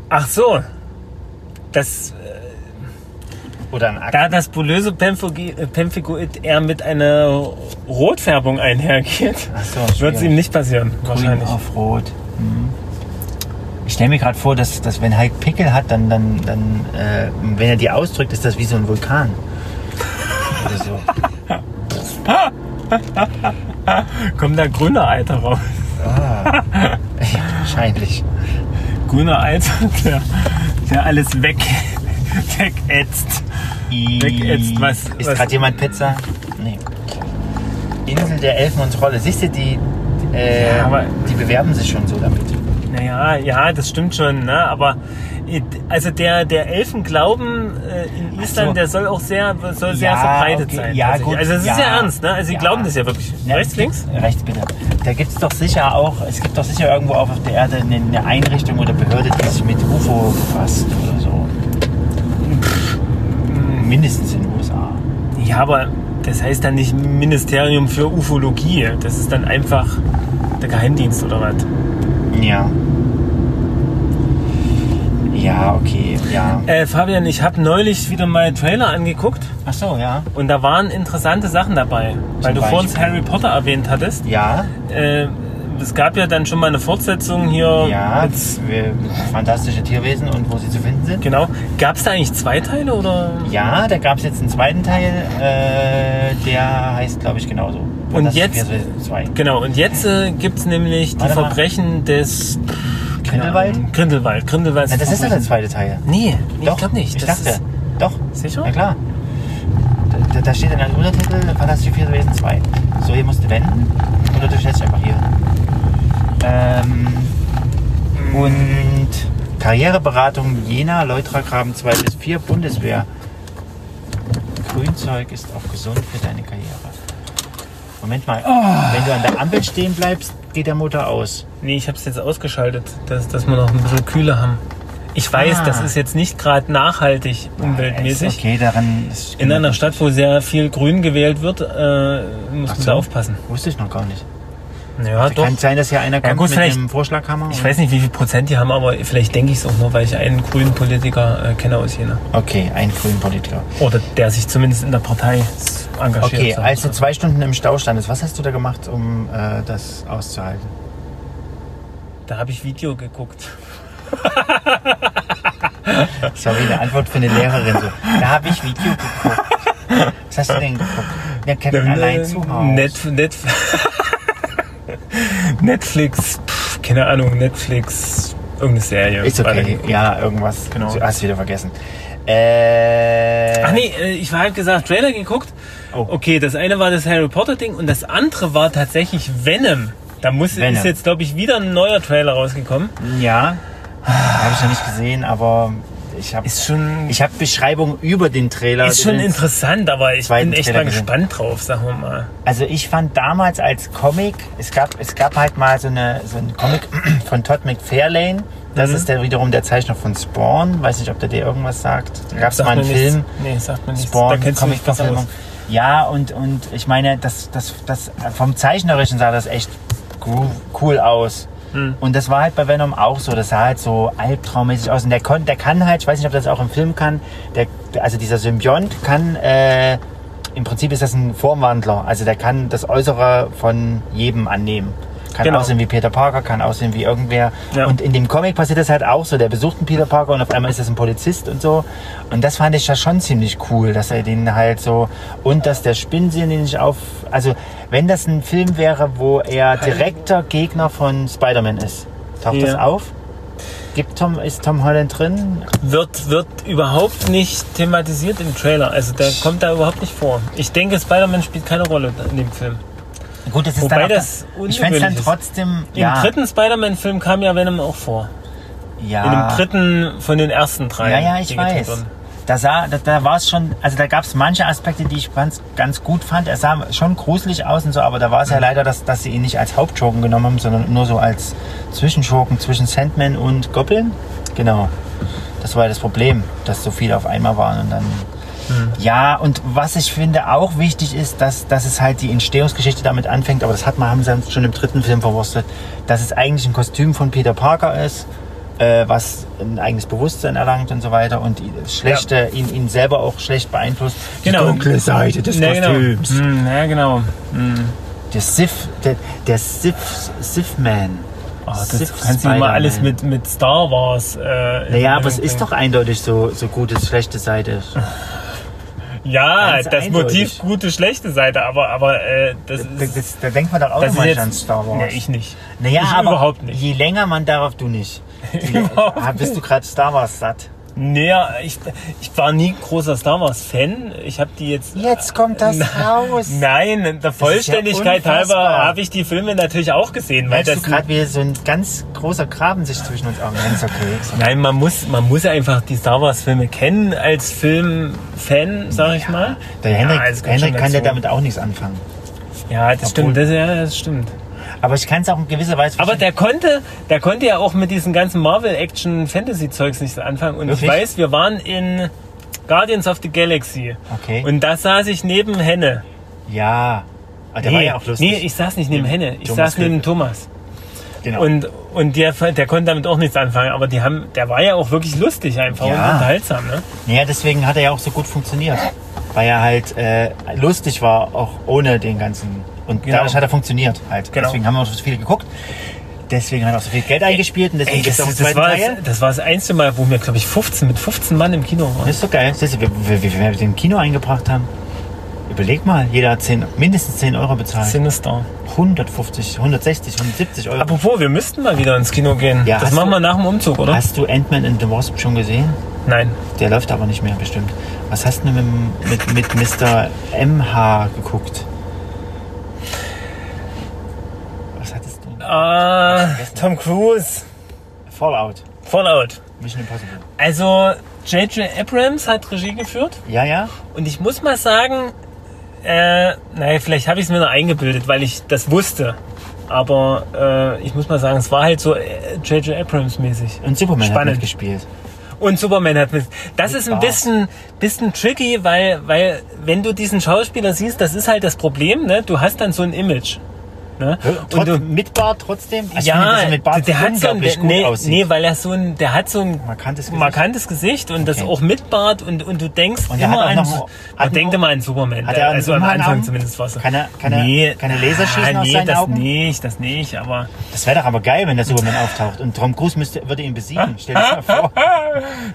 C: Ach so. Das,
B: Oder ein Akt.
C: da das bulöse Pemphigoid äh, Pemphigoid eher mit einer Rotfärbung einhergeht,
B: Ach so,
C: wird es
B: schwierig.
C: ihm nicht passieren.
B: Grün
C: Wahrscheinlich.
B: auf Rot. Mhm. Ich stelle mir gerade vor, dass, dass wenn Hulk Pickel hat, dann, dann, dann äh, wenn er die ausdrückt, ist das wie so ein Vulkan. Oder so.
C: Kommt da grüner Alter raus?
B: Ja, wahrscheinlich.
C: Grüner Alter, der, der alles weg, wegätzt. Wegätzt, was-
B: Ist
C: was-
B: gerade jemand Pizza? Nee. Insel der Elfen und Trolle. Siehst du, die, äh,
C: Ja, aber-
B: die bewerben sich schon so damit.
C: Naja, ja, das stimmt schon, ne? aber äh, also der, der Elfenglauben äh, in Island,
B: so.
C: der soll auch sehr, soll sehr
B: Ja,
C: verbreitet
B: okay,
C: sein.
B: ja,
C: Also,
B: gut,
C: also es ist
B: ja,
C: ja ernst, ne? also sie
B: ja.
C: glauben das ja wirklich.
B: Ja,
C: Rechts,
B: es gibt-
C: links?
B: Rechts, bitte. Da gibt es doch sicher auch, es gibt doch sicher irgendwo auch auf der Erde eine, eine Einrichtung oder Behörde, die sich mit UFO befasst oder so. Mindestens in den USA.
C: Ja, aber das heißt dann nicht Ministerium für Ufologie, das ist dann einfach der Geheimdienst oder was.
B: Ja. Ja, okay, ja.
C: Äh, Fabian, ich habe neulich wieder mal Trailer angeguckt
B: Ach so, ja.
C: und da waren interessante Sachen dabei, weil du
B: Beispiel?
C: vorhin Harry Potter erwähnt hattest.
B: Ja,
C: äh, es gab ja dann schon mal eine Fortsetzung hier.
B: ja.
C: mit-
B: Wir, fantastische Tierwesen und wo sie zu finden sind.
C: Genau. Gab es da eigentlich zwei Teile oder?
B: Ja, da gab es jetzt einen zweiten Teil, äh, der heißt, glaube ich, genauso. Fantastische
C: jetzt-
B: Tierwesen zwei.
C: Genau. Und jetzt äh, gibt es nämlich die
B: Warte mal.
C: Verbrechen des
B: Grindelwald?
C: Ja, Grindelwald. Grindelwald.
B: Na, das ist ja der
C: Verbrechen.
B: zweite Teil.
C: Nee, nee
B: Doch,
C: ich glaube nicht.
B: Ich
C: Das
B: dachte.
C: Ist,
B: Doch.
C: Sicher?
B: Na klar. Da, da steht dann als Untertitel Fantastische Vierwesen 2. So, hier musst du wenden. Oder du stellst einfach hier. Ähm, und Karriereberatung Jena, Leutragraben 2 bis 4, Bundeswehr. Grünzeug ist auch gesund für deine Karriere. Moment mal,
C: Oh.
B: wenn du an der Ampel stehen bleibst, geht der Motor aus.
C: nee, ich habe es jetzt ausgeschaltet, dass, dass wir noch ein bisschen Kühle haben. Ich weiß,
B: Ah.
C: das ist jetzt nicht gerade nachhaltig umweltmäßig.
B: Okay, daran ist
C: In einer Stadt, wo sehr viel Grün gewählt wird, äh, muss
B: Ach
C: man
B: so.
C: da aufpassen.
B: Wusste ich noch gar nicht.
C: Ja, doch.
B: Kann sein, dass hier einer kommt
C: gut,
B: mit
C: vielleicht-
B: einem Vorschlaghammer?
C: Ich weiß nicht, wie viel Prozent die haben, aber vielleicht denke ich es auch nur, weil ich einen grünen Politiker äh, kenne aus Jena.
B: Okay, ein grünen Politiker.
C: Oder der sich zumindest in der Partei s- engagiert
B: Okay, also-
C: hat.
B: als du zwei Stunden im Stau standest, was hast du da gemacht, um äh, das auszuhalten?
C: Da habe ich Video geguckt.
B: Sorry, eine Antwort für eine Lehrerin. So. Da habe ich Video geguckt. Was hast du denn geguckt? Ja, Kevin allein zu Hause.
C: Net, Net, Netflix, pff, keine Ahnung, Netflix, irgendeine Serie.
B: Ist okay.
C: Weiter-
B: Ja, irgendwas.
C: Genau.
B: Du hast wieder vergessen. Äh,
C: Ach nee, äh, ich war halt gesagt, Trailer geguckt.
B: Oh.
C: Okay, das eine war das Harry Potter Ding und das andere war tatsächlich Venom. Da muss,
B: Venom.
C: ist jetzt, glaube ich, wieder ein neuer Trailer rausgekommen.
B: Ja. Habe ich noch nicht gesehen, aber ich habe
C: Ist schon,
B: ich habe Beschreibungen über den Trailer.
C: ist schon
B: drin.
C: interessant, aber ich
B: zweiten
C: bin echt
B: Trailer
C: mal
B: gesehen.
C: gespannt drauf, sagen wir mal.
B: Also ich fand damals als Comic, es gab, es gab halt mal so, eine, so einen Comic von Todd McFarlane. Das
C: Mhm.
B: ist der wiederum der Zeichner von Spawn. Weiß nicht, ob der dir irgendwas sagt. Da gab es mal einen
C: mir
B: Film.
C: Nichts. Nee, sagt man nichts.
B: Spawn,
C: da kennst du mich besser aus.
B: Comic-Verfilmung. Ja, und, und ich meine, das, das, das, vom Zeichnerischen sah das echt gro- cool aus.
C: Hm.
B: Und das war halt bei Venom auch so. Das sah halt so albtraummäßig aus. Und der, kon, der kann halt, ich weiß nicht, ob das auch im Film kann, der, also dieser Symbiont kann, äh, im Prinzip ist das ein Formwandler. Also der kann das Äußere von jedem annehmen. Kann
C: Genau.
B: aussehen wie Peter Parker, kann aussehen wie irgendwer.
C: Ja.
B: Und in dem Comic passiert das halt auch so. Der besucht einen Peter Parker und auf einmal ist das ein Polizist und so. Und das fand ich ja schon ziemlich cool, dass er den halt so. Und dass der Spinnsinn, den ich auf. Also, wenn das ein Film wäre, wo er direkter Gegner von Spider-Man ist, taucht
C: Ja.
B: das auf? Gibt Tom, ist Tom Holland drin?
C: Wird, wird überhaupt nicht thematisiert im Trailer. Also der kommt da überhaupt nicht vor. Ich denke, Spider-Man spielt keine Rolle in dem Film.
B: Gut, das ist
C: Wobei
B: dann. auch-
C: das
B: ich fände es dann
C: ungewöhnlich ist.
B: trotzdem.
C: Im
B: ja,
C: dritten Spider-Man-Film kam ja Venom auch vor.
B: ja.
C: In dem dritten von den ersten drei.
B: Ah. Ja, ja, ich
C: die gedreht
B: weiß.
C: wurden.
B: Da, sah, da, da war es schon, also da gab es manche Aspekte, die ich ganz, ganz gut fand. Er sah schon gruselig aus und so, aber da war es ja leider, dass, dass sie ihn nicht als Hauptschurken genommen haben, sondern nur so als Zwischenschurken zwischen Sandman und Goblin. Genau. Das war ja das Problem, dass so viele auf einmal waren und dann. Ja, und was ich finde auch wichtig ist, dass, dass es halt die Entstehungsgeschichte damit anfängt, aber das hat man haben sie uns schon im dritten Film verwurstet, dass es eigentlich ein Kostüm von Peter Parker ist, äh, was ein eigenes Bewusstsein erlangt und so weiter und die schlechte, ihn, ihn selber auch schlecht beeinflusst.
C: Genau.
B: Die dunkle Seite des
C: Ja, genau.
B: Kostüms.
C: Hm, ja, genau.
B: Der Sif, der, der Sif, Sif-Man.
C: Oh, das
B: Sif
C: kannst du mal
B: Spider-Man.
C: alles mit, mit Star Wars. Äh, in
B: Naja, aber es
C: Verbindung
B: ist doch eindeutig so, so gutes, schlechte Seite.
C: bringen. Ja,
B: ganz
C: das
B: eindeutig.
C: Motiv gute, schlechte Seite, aber, aber äh, das
B: Da,
C: ist.
B: das, da denkt man doch auch
C: Das ist
B: noch manchmal
C: jetzt,
B: an Star Wars.
C: Nee, ich nicht.
B: Naja,
C: ich
B: aber
C: überhaupt nicht.
B: je länger man darauf, du nicht. Je,
C: Überhaupt
B: ah, bist du gerade Star Wars satt?
C: Naja, ich, ich war nie großer Star Wars-Fan. Ich habe die jetzt.
B: Jetzt kommt das raus.
C: Nein, der
B: ist ja
C: Vollständigkeit halber
B: unfassbar.
C: habe ich die Filme natürlich auch gesehen. Weil
B: Merkst du
C: das
B: gerade, wie so ein ganz großer Graben sich zwischen uns auf. Nein, ist okay. Ist okay.
C: Nein, man muss, man muss einfach die Star Wars-Filme kennen als Filmfan, sag ich mal.
B: Der Henrik,
C: es kommt
B: Henrik
C: schon
B: kann ja
C: dazu.
B: damit auch nichts anfangen.
C: Ja, das
B: Obwohl-
C: stimmt. Das, ja, das stimmt.
B: Aber ich kann es auch in gewisser Weise
C: Aber
B: verstehen.
C: der konnte, der konnte ja auch mit diesen ganzen Marvel-Action-Fantasy-Zeugs nichts anfangen. Und
B: Wirklich?
C: ich weiß, wir waren in Guardians of the Galaxy.
B: Okay.
C: Und da saß ich neben Henne.
B: Ja. Aber der war ja auch lustig.
C: Nee, ich saß nicht neben Henne. Ich
B: Thomas
C: saß neben
B: Hilfe.
C: Thomas.
B: genau.
C: Und, und der, der konnte damit auch nichts anfangen. Aber die haben, der war ja auch wirklich lustig einfach
B: Ja.
C: und unterhaltsam. Ne?
B: Naja, deswegen hat er ja auch so gut funktioniert. Weil er halt äh, lustig war, auch ohne den ganzen. Und
C: Genau.
B: dadurch hat er funktioniert halt.
C: Genau.
B: Deswegen haben wir auch so viel geguckt. Deswegen hat er auch so viel Geld eingespielt und deswegen
C: Ey,
B: gibt
C: das,
B: es auch einen
C: das, das,
B: zweiten
C: war,
B: Teil.
C: das war das einzige Mal, wo wir, glaube ich, 15, mit 15 Mann im Kino waren.
B: Das ist so geil. Siehst du, wie wie- wie viel wir mit dem Kino eingebracht haben? Überleg mal, jeder hat 10, mindestens 10 Euro bezahlt.
C: Sinister.
B: 150, 160, 170 Euro.
C: Apropos, wir müssten mal wieder ins Kino gehen.
B: Ja,
C: das
B: hast
C: machen
B: du-
C: wir nach dem Umzug, oder?
B: Hast du Ant-Man and the Wasp schon gesehen?
C: Nein.
B: Der läuft aber nicht mehr bestimmt. Was hast du denn mit, mit, mit Mr. MH geguckt? Was hattest du?
C: Ah, Tom Cruise.
B: Fallout.
C: Fallout.
B: Mission Impossible.
C: Also, J.J. Abrams hat Regie geführt.
B: Ja, ja.
C: Und ich muss mal sagen, äh, naja, vielleicht habe ich es mir noch eingebildet, weil ich das wusste. Aber äh, ich muss mal sagen, es war halt so äh, J.J. Abrams-mäßig.
B: Und Superman
C: Spannend.
B: hat mitgespielt.
C: Und Superman hat mit. Das ist ein
B: Spaß.
C: bisschen, bisschen tricky, weil, weil wenn du diesen Schauspieler siehst, das ist halt das Problem, ne? Du hast dann so ein Image. Ne?
B: Trot, mit Bart trotzdem? Also ich finde,
C: ja,
B: dass er mit Bart
C: der hat so ein,
B: unglaublich
C: der,
B: gut
C: nee,
B: aussieht.
C: nee, weil er so ein, der hat so ein
B: Markantes Gesicht.
C: markantes Gesicht und das
B: Okay.
C: auch mit Bart und, und du denkst
B: Und er hat
C: immer
B: auch
C: an,
B: noch- hat
C: man
B: einen-
C: denkt immer an Superman.
B: hat er einen
C: also am
B: Superman-Arm?
C: Anfang zumindest war es so.
B: Kann er- kann er- kann er Laser schießen
C: ah,
B: aus
C: nee,
B: seinen
C: das
B: Augen?
C: nicht, das nicht, aber
B: Das wäre doch aber geil, wenn der Superman auftaucht. Und Tom Cruise müsste, würde ihn besiegen. Stell dir das mal vor.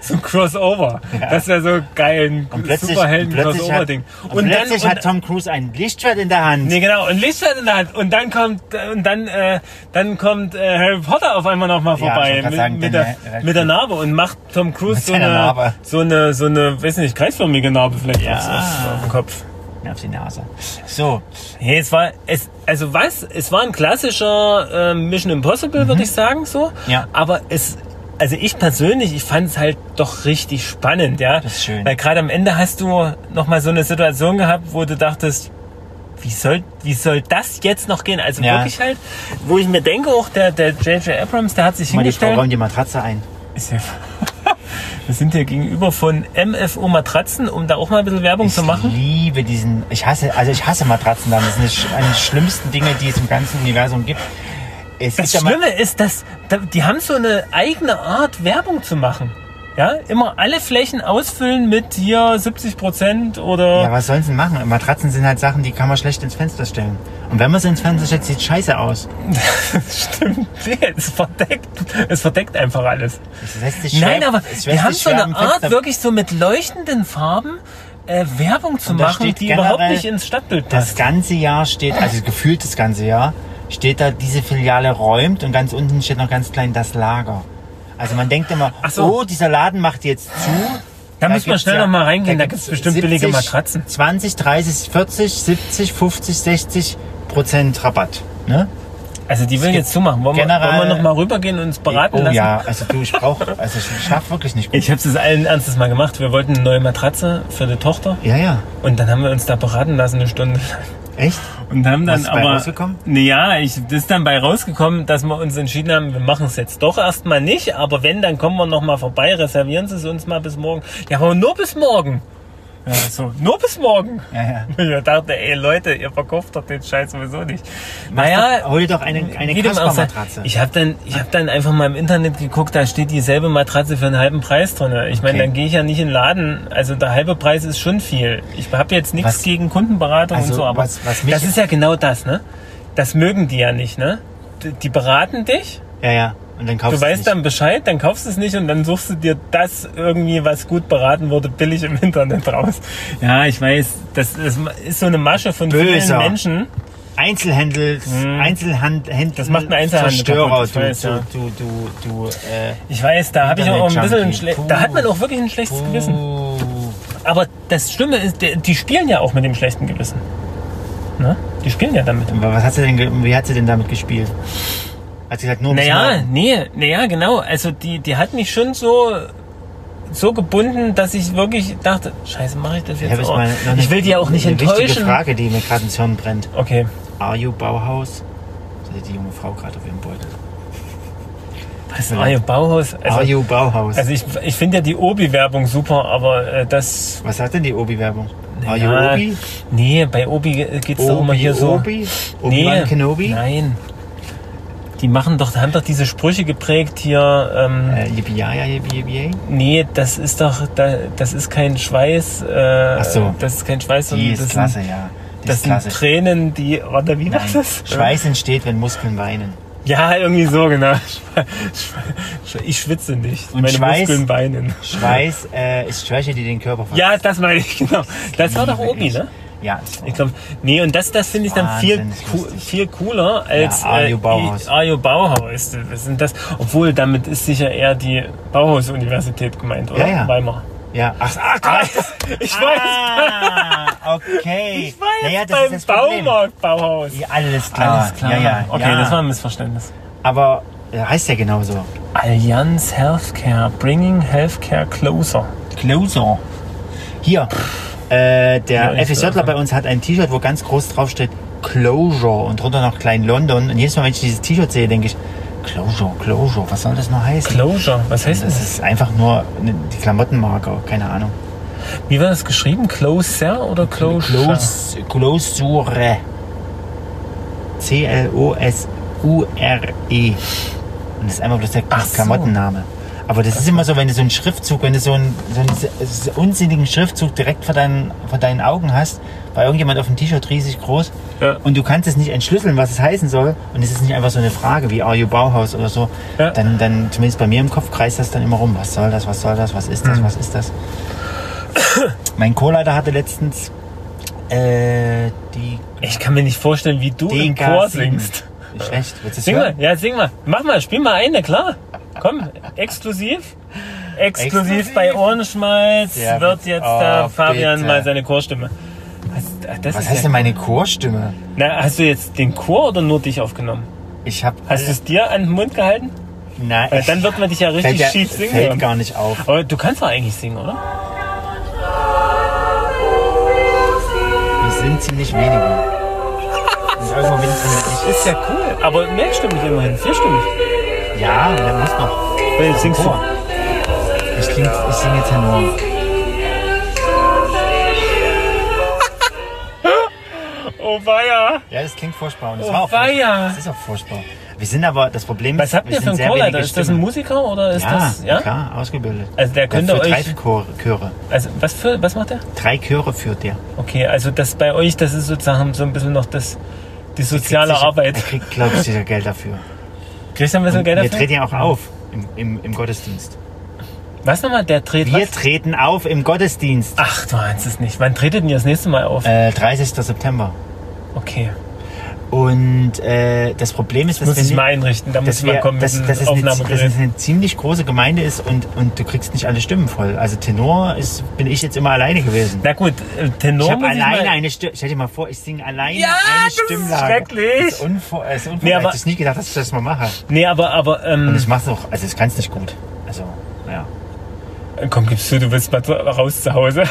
C: so ein Crossover. Das wäre so geil, ein
B: Und plötzlich, und plötzlich, hat,
C: Superhelden-Crossover-Ding.
B: und plötzlich hat Tom Cruise ein Lichtschwert in der Hand.
C: Nee, genau. Und Lichtschwert in der Hand. Und dann dann kommt, äh, und dann, äh, dann kommt äh, Harry Potter auf einmal nochmal
B: Ja, ich
C: vorbei
B: wollte grad
C: mit,
B: sagen,
C: mit,
B: denn,
C: der,
B: äh,
C: mit der Narbe und macht Tom Cruise
B: Mit
C: so
B: seiner
C: eine,
B: Narbe.
C: so eine, so eine, weiß nicht, kreisförmige Narbe vielleicht
B: Ja.
C: auf, auf, auf dem Kopf.
B: Mir auf die Nase. So,
C: Hey, es war, es, also was, es war ein klassischer äh, Mission Impossible, würde ich sagen, so.
B: Mhm. Ja.
C: Aber es, also ich persönlich, ich fand es halt doch richtig spannend, ja.
B: Das ist schön.
C: Weil gerade am Ende hast du nochmal so eine Situation gehabt, wo du dachtest, wie soll, wie soll das jetzt noch gehen? Also
B: Ja.
C: wirklich halt, wo ich mir denke, auch der, der J.J. Abrams, der hat sich
B: mal die Frau
C: hingestellt.
B: räumt die Matratze ein.
C: Ist ja- Wir sind hier gegenüber von MFO Matratzen, um da auch mal ein bisschen Werbung zu machen.
B: Ich liebe diesen, ich hasse, also ich hasse Matratzen dann. Das sind die sch- eine der schlimmsten Dinge, die es im ganzen Universum gibt. Es
C: Das
B: ist ja mal-
C: Schlimme ist, dass da- die haben so eine eigene Art, Werbung zu machen. Ja, immer alle Flächen ausfüllen mit hier 70 Prozent oder.
B: Ja, was sollen sie denn machen? Matratzen sind halt Sachen, die kann man schlecht ins Fenster stellen. Und wenn man sie ins Fenster stellt, sieht scheiße aus.
C: Stimmt, nee, es verdeckt, es verdeckt einfach alles.
B: Es lässt sich
C: Nein,
B: schwer-
C: aber
B: es lässt
C: die
B: sich
C: haben so
B: schwer
C: eine
B: am Fenster-
C: Art, wirklich so mit leuchtenden Farben äh, Werbung zu
B: Und da
C: machen,
B: steht
C: die überhaupt
B: generell
C: nicht ins Stadtbild
B: Das
C: passt.
B: ganze Jahr steht, also gefühlt das ganze Jahr, steht da, diese Filiale räumt und ganz unten steht noch ganz klein das Lager. Also man denkt immer,
C: Ach so.
B: oh, dieser Laden macht jetzt zu.
C: Da müssen wir
B: gibt's
C: schnell noch mal reingehen, da
B: gibt's
C: gibt's bestimmt billige Matratzen.
B: 20, 30, 40, 70, 50, 60 Prozent Rabatt. Ne?
C: Also die will
B: gibt
C: jetzt zumachen. Wollen wir,
B: generell-
C: wollen wir noch mal rübergehen und uns beraten
B: oh
C: lassen?
B: ja, also du, ich brauche, also ich schaff wirklich nicht gut.
C: Ich habe es allen Ernstes mal gemacht. Wir wollten eine neue Matratze für die Tochter.
B: Ja, ja,
C: Und dann haben wir uns da beraten lassen, eine Stunde.
B: echt?
C: Und haben dann
B: Was ist
C: aber.
B: bei rausgekommen?
C: Nee, ja, ich, das ist dann bei rausgekommen, dass wir uns entschieden haben, wir machen es jetzt doch erstmal nicht, aber wenn, dann kommen wir nochmal vorbei, reservieren Sie es uns mal bis morgen. Ja, aber nur bis morgen. Ja, so, nur bis morgen.
B: Ja, ja.
C: Ich dachte, ey Leute, ihr verkauft doch den Scheiß sowieso nicht.
B: Mach doch- hol dir doch eine, eine
C: wie dem auch sei.
B: Kaspermatratze.
C: also Ich habe dann, ich hab dann einfach mal im Internet geguckt, da steht dieselbe Matratze für einen halben Preis drin. Ich meine,
B: Okay.
C: dann gehe ich ja nicht in den Laden. Also der halbe Preis ist schon viel. Ich habe jetzt nichts
B: Was-
C: gegen Kundenberatung und
B: Also,
C: so, aber
B: was- was mich-
C: das ist ja genau das, ne? Das mögen die ja nicht, ne? D- Die beraten dich,
B: Ja, ja. Und dann kaufst
C: du weißt
B: nicht.
C: dann Bescheid, dann kaufst du es nicht und dann suchst du dir das irgendwie, was gut beraten wurde, billig im Internet raus. Ja, ich weiß, das ist, ist so eine Masche von vielen
B: Böser.
C: Menschen.
B: Einzelhandel, Einzelhandel,
C: Mhm. Das macht einen Einzelhandel
B: Verstörer,
C: kaputt, ich
B: du,
C: weiß,
B: du,
C: ja.
B: du, du, du, äh,
C: Ich weiß, da habe ich auch ein bisschen ein
B: Internet-Junkie.
C: schlechtes. Da hat man auch wirklich ein schlechtes Gewissen.
B: uh,
C: Aber das Schlimme ist, die, die spielen ja auch mit dem schlechten Gewissen. Ne? Die spielen ja damit.
B: aber was hat sie denn, ge- wie hat sie denn damit gespielt? Hat sie gesagt, nur bis
C: Naja,
B: morgen?
C: nee, naja, genau. Also die, die hat mich schon so, so gebunden, dass ich wirklich dachte, scheiße, mache ich das
B: Ich, hab
C: jetzt
B: jetzt
C: auch?
B: mal noch eine-
C: ich will die ja auch nicht
B: eine wichtige
C: enttäuschen.
B: Frage, die mir gerade ins Hirn brennt.
C: Okay.
B: Are you Bauhaus? Das hat die junge Frau gerade auf ihrem Beutel.
C: Was war ihr Bauhaus?
B: Are
C: Also,
B: you Bauhaus?
C: also ich, ich finde ja die Obi-Werbung super, aber äh, das...
B: was hat denn die Obi-Werbung? Are you
C: ja,
B: Obi?
C: Nee, bei Obi geht's doch immer
B: Obi,
C: hier so...
B: Obi? Obi-Wan Kenobi?
C: Nein. Die machen doch, haben doch diese Sprüche geprägt hier. Ähm,
B: Äh, yippie, ja, ja, yippie, yippie.
C: Nee, das ist doch, da, das ist kein Schweiß. Äh,
B: Ach so.
C: Das ist kein Schweiß,
B: Die ist
C: das
B: klasse,
C: sind,
B: ja. Die
C: das
B: ist klasse.
C: sind Tränen, die. Warte, wie war
B: Nein.
C: das?
B: Schweiß entsteht, wenn Muskeln weinen.
C: Ja, irgendwie so, genau. Schwe- Schwe- Ich schwitze nicht.
B: Und
C: Meine
B: Schweiß-
C: Muskeln weinen.
B: Schweiß äh, ist Schwäche, die den Körper verletzt.
C: Ja, das meine ich, genau. Das war doch Obi, ne?
B: Ja, das war-
C: Ich glaub, nee, und das, das finde ich dann viel,
B: Wahnsinnig
C: coo-
B: lustig.
C: viel cooler als
B: Ja, Ario
C: äh,
B: Bauhaus.
C: I- Ario Bauhaus. Das sind das, obwohl damit ist sicher eher die Bauhaus-Universität gemeint, oder?
B: Ja, ja.
C: Weimar.
B: ja. Ach, ach,
C: Ah,
B: Gott.
C: ich
B: Ah, okay.
C: Ich war
B: naja,
C: jetzt
B: das ist das
C: beim
B: Problem.
C: Baumarkt-Bauhaus.
B: Ja, alles klar. Ja, ja,
C: okay,
B: ja.
C: das war ein Missverständnis.
B: Aber äh, heißt ja genauso.
C: Allianz Healthcare, bringing Healthcare closer.
B: Closer. Hier, äh,
C: Ja,
B: der
C: ich
B: Effi
C: weiß
B: Söttler
C: nicht.
B: bei uns hat ein T-Shirt, wo ganz groß drauf steht Closure und drunter noch Klein London. Und jedes Mal, wenn ich dieses T-Shirt sehe, denke ich, Closure, Closure, was soll das nur heißen?
C: Closure, was heißt
B: Das
C: das?
B: ist einfach nur eine- die Klamottenmarke, keine Ahnung.
C: Wie war das geschrieben? Closer oder Closure?
B: Clos- Closure. C-L-O-S-U-R-E. E. Und das ist einfach bloß der
C: Ach so.
B: Klamottenname. Aber das ist immer so, wenn du so einen Schriftzug, wenn du so einen, so einen s- unsinnigen Schriftzug direkt vor deinen, vor deinen Augen hast, bei irgendjemand auf dem T-Shirt riesig groß,
C: Ja.
B: und du kannst es nicht entschlüsseln, was es heißen soll, und es ist nicht einfach so eine Frage wie Are you Bauhaus oder so,
C: Ja.
B: dann, dann, zumindest bei mir im Kopf kreist das dann immer rum. Was soll das,
C: Mhm.
B: was soll das, was ist das, was ist das? mein Co-Leiter hatte letztens Äh, die
C: Ich kann mir nicht vorstellen, wie du im
B: DK7.
C: Chor singst.
B: Nicht schlecht. Willst du es
C: Sing mal,
B: hören?
C: ja, sing mal. Mach mal, spiel mal ein, na klar. Komm, exklusiv. Exklusiv,
B: Exklusiv.
C: bei Ohrenschmalz
B: Ja,
C: wird
B: bitte.
C: jetzt der
B: Oh,
C: Fabian
B: bitte.
C: mal seine Chorstimme. Hast- ach, Das
B: Was
C: ist
B: heißt
C: ja,
B: denn meine Chorstimme?
C: na, hast du jetzt den Chor oder nur dich aufgenommen?
B: Ich hab.
C: Hast du es dir an den Mund gehalten?
B: Nein.
C: Weil dann wird man dich ja richtig
B: fällt ja,
C: schief singen
B: Fällt
C: hören.
B: gar nicht auf.
C: Aber du kannst doch eigentlich singen, oder?
B: Wir sind ziemlich wenige. Und irgendwo bin ich damit
C: Ist ja cool. Aber mehrstimmig immerhin, vierstimmig.
B: nicht. Ja, der muss noch.
C: Weil jetzt singst du.
B: Chor. Ich, kling, ich singe Tenor.
C: Oh weia.
B: Ja, das klingt furchtbar. Und das
C: Oh,
B: war auch
C: weia.
B: furchtbar. Das ist auch furchtbar. Wir sind aber, das Problem ist,
C: Was habt
B: wir
C: ihr für
B: sind
C: einen
B: sehr wenige
C: Chorleiter? Ist das ein
B: Stimmen.
C: Musiker oder ist
B: ja,
C: das. Ja?
B: klar, ausgebildet.
C: Also der könnte
B: führt drei
C: euch-
B: Chore, Chöre.
C: Also was für. Was macht er?
B: Drei Chöre führt der.
C: Okay, also das bei euch, das ist sozusagen so ein bisschen noch das, die soziale
B: sicher, Er
C: Arbeit.
B: kriegt, glaube ich, sicher Geld dafür.
C: Kriegst du ein bisschen Geld
B: wir
C: dafür?
B: treten ja auch auf im, im, im Gottesdienst.
C: Was nochmal? Der dreht
B: Wir
C: was?
B: treten auf im Gottesdienst.
C: Ach, du meinst es nicht. Wann tretet denn ihr das nächste Mal auf?
B: Äh, 30. September.
C: okay,
B: Und äh, das Problem ist, dass
C: muss
B: wir
C: ich
B: nicht-
C: mal einrichten. Da muss ich
B: dass,
C: mal
B: wir,
C: kommen
B: dass,
C: mit
B: dass,
C: dem
B: es eine, dass
C: Aufnahmegerät.
B: es eine ziemlich große Gemeinde ist und, und du kriegst nicht alle Stimmen voll. Also Tenor ist, bin ich jetzt immer alleine gewesen.
C: Na gut, äh, Tenor
B: Ich habe
C: muss
B: alleine
C: ich mal,
B: eine Stimme. Stell dir mal vor, ich singe alleine
C: Ja,
B: eine
C: das ist
B: Stimmlage.
C: schrecklich.
B: Das ist unvor, das ist unvor,
C: Nee,
B: ich
C: aber-
B: hätte nicht gedacht, dass ich das mal mache.
C: Nee, aber, aber
B: Und
C: ähm,
B: ich mach's auch. Also ich kann's nicht gut. Also, ja.
C: komm, gibst du, du willst mal raus zu Hause.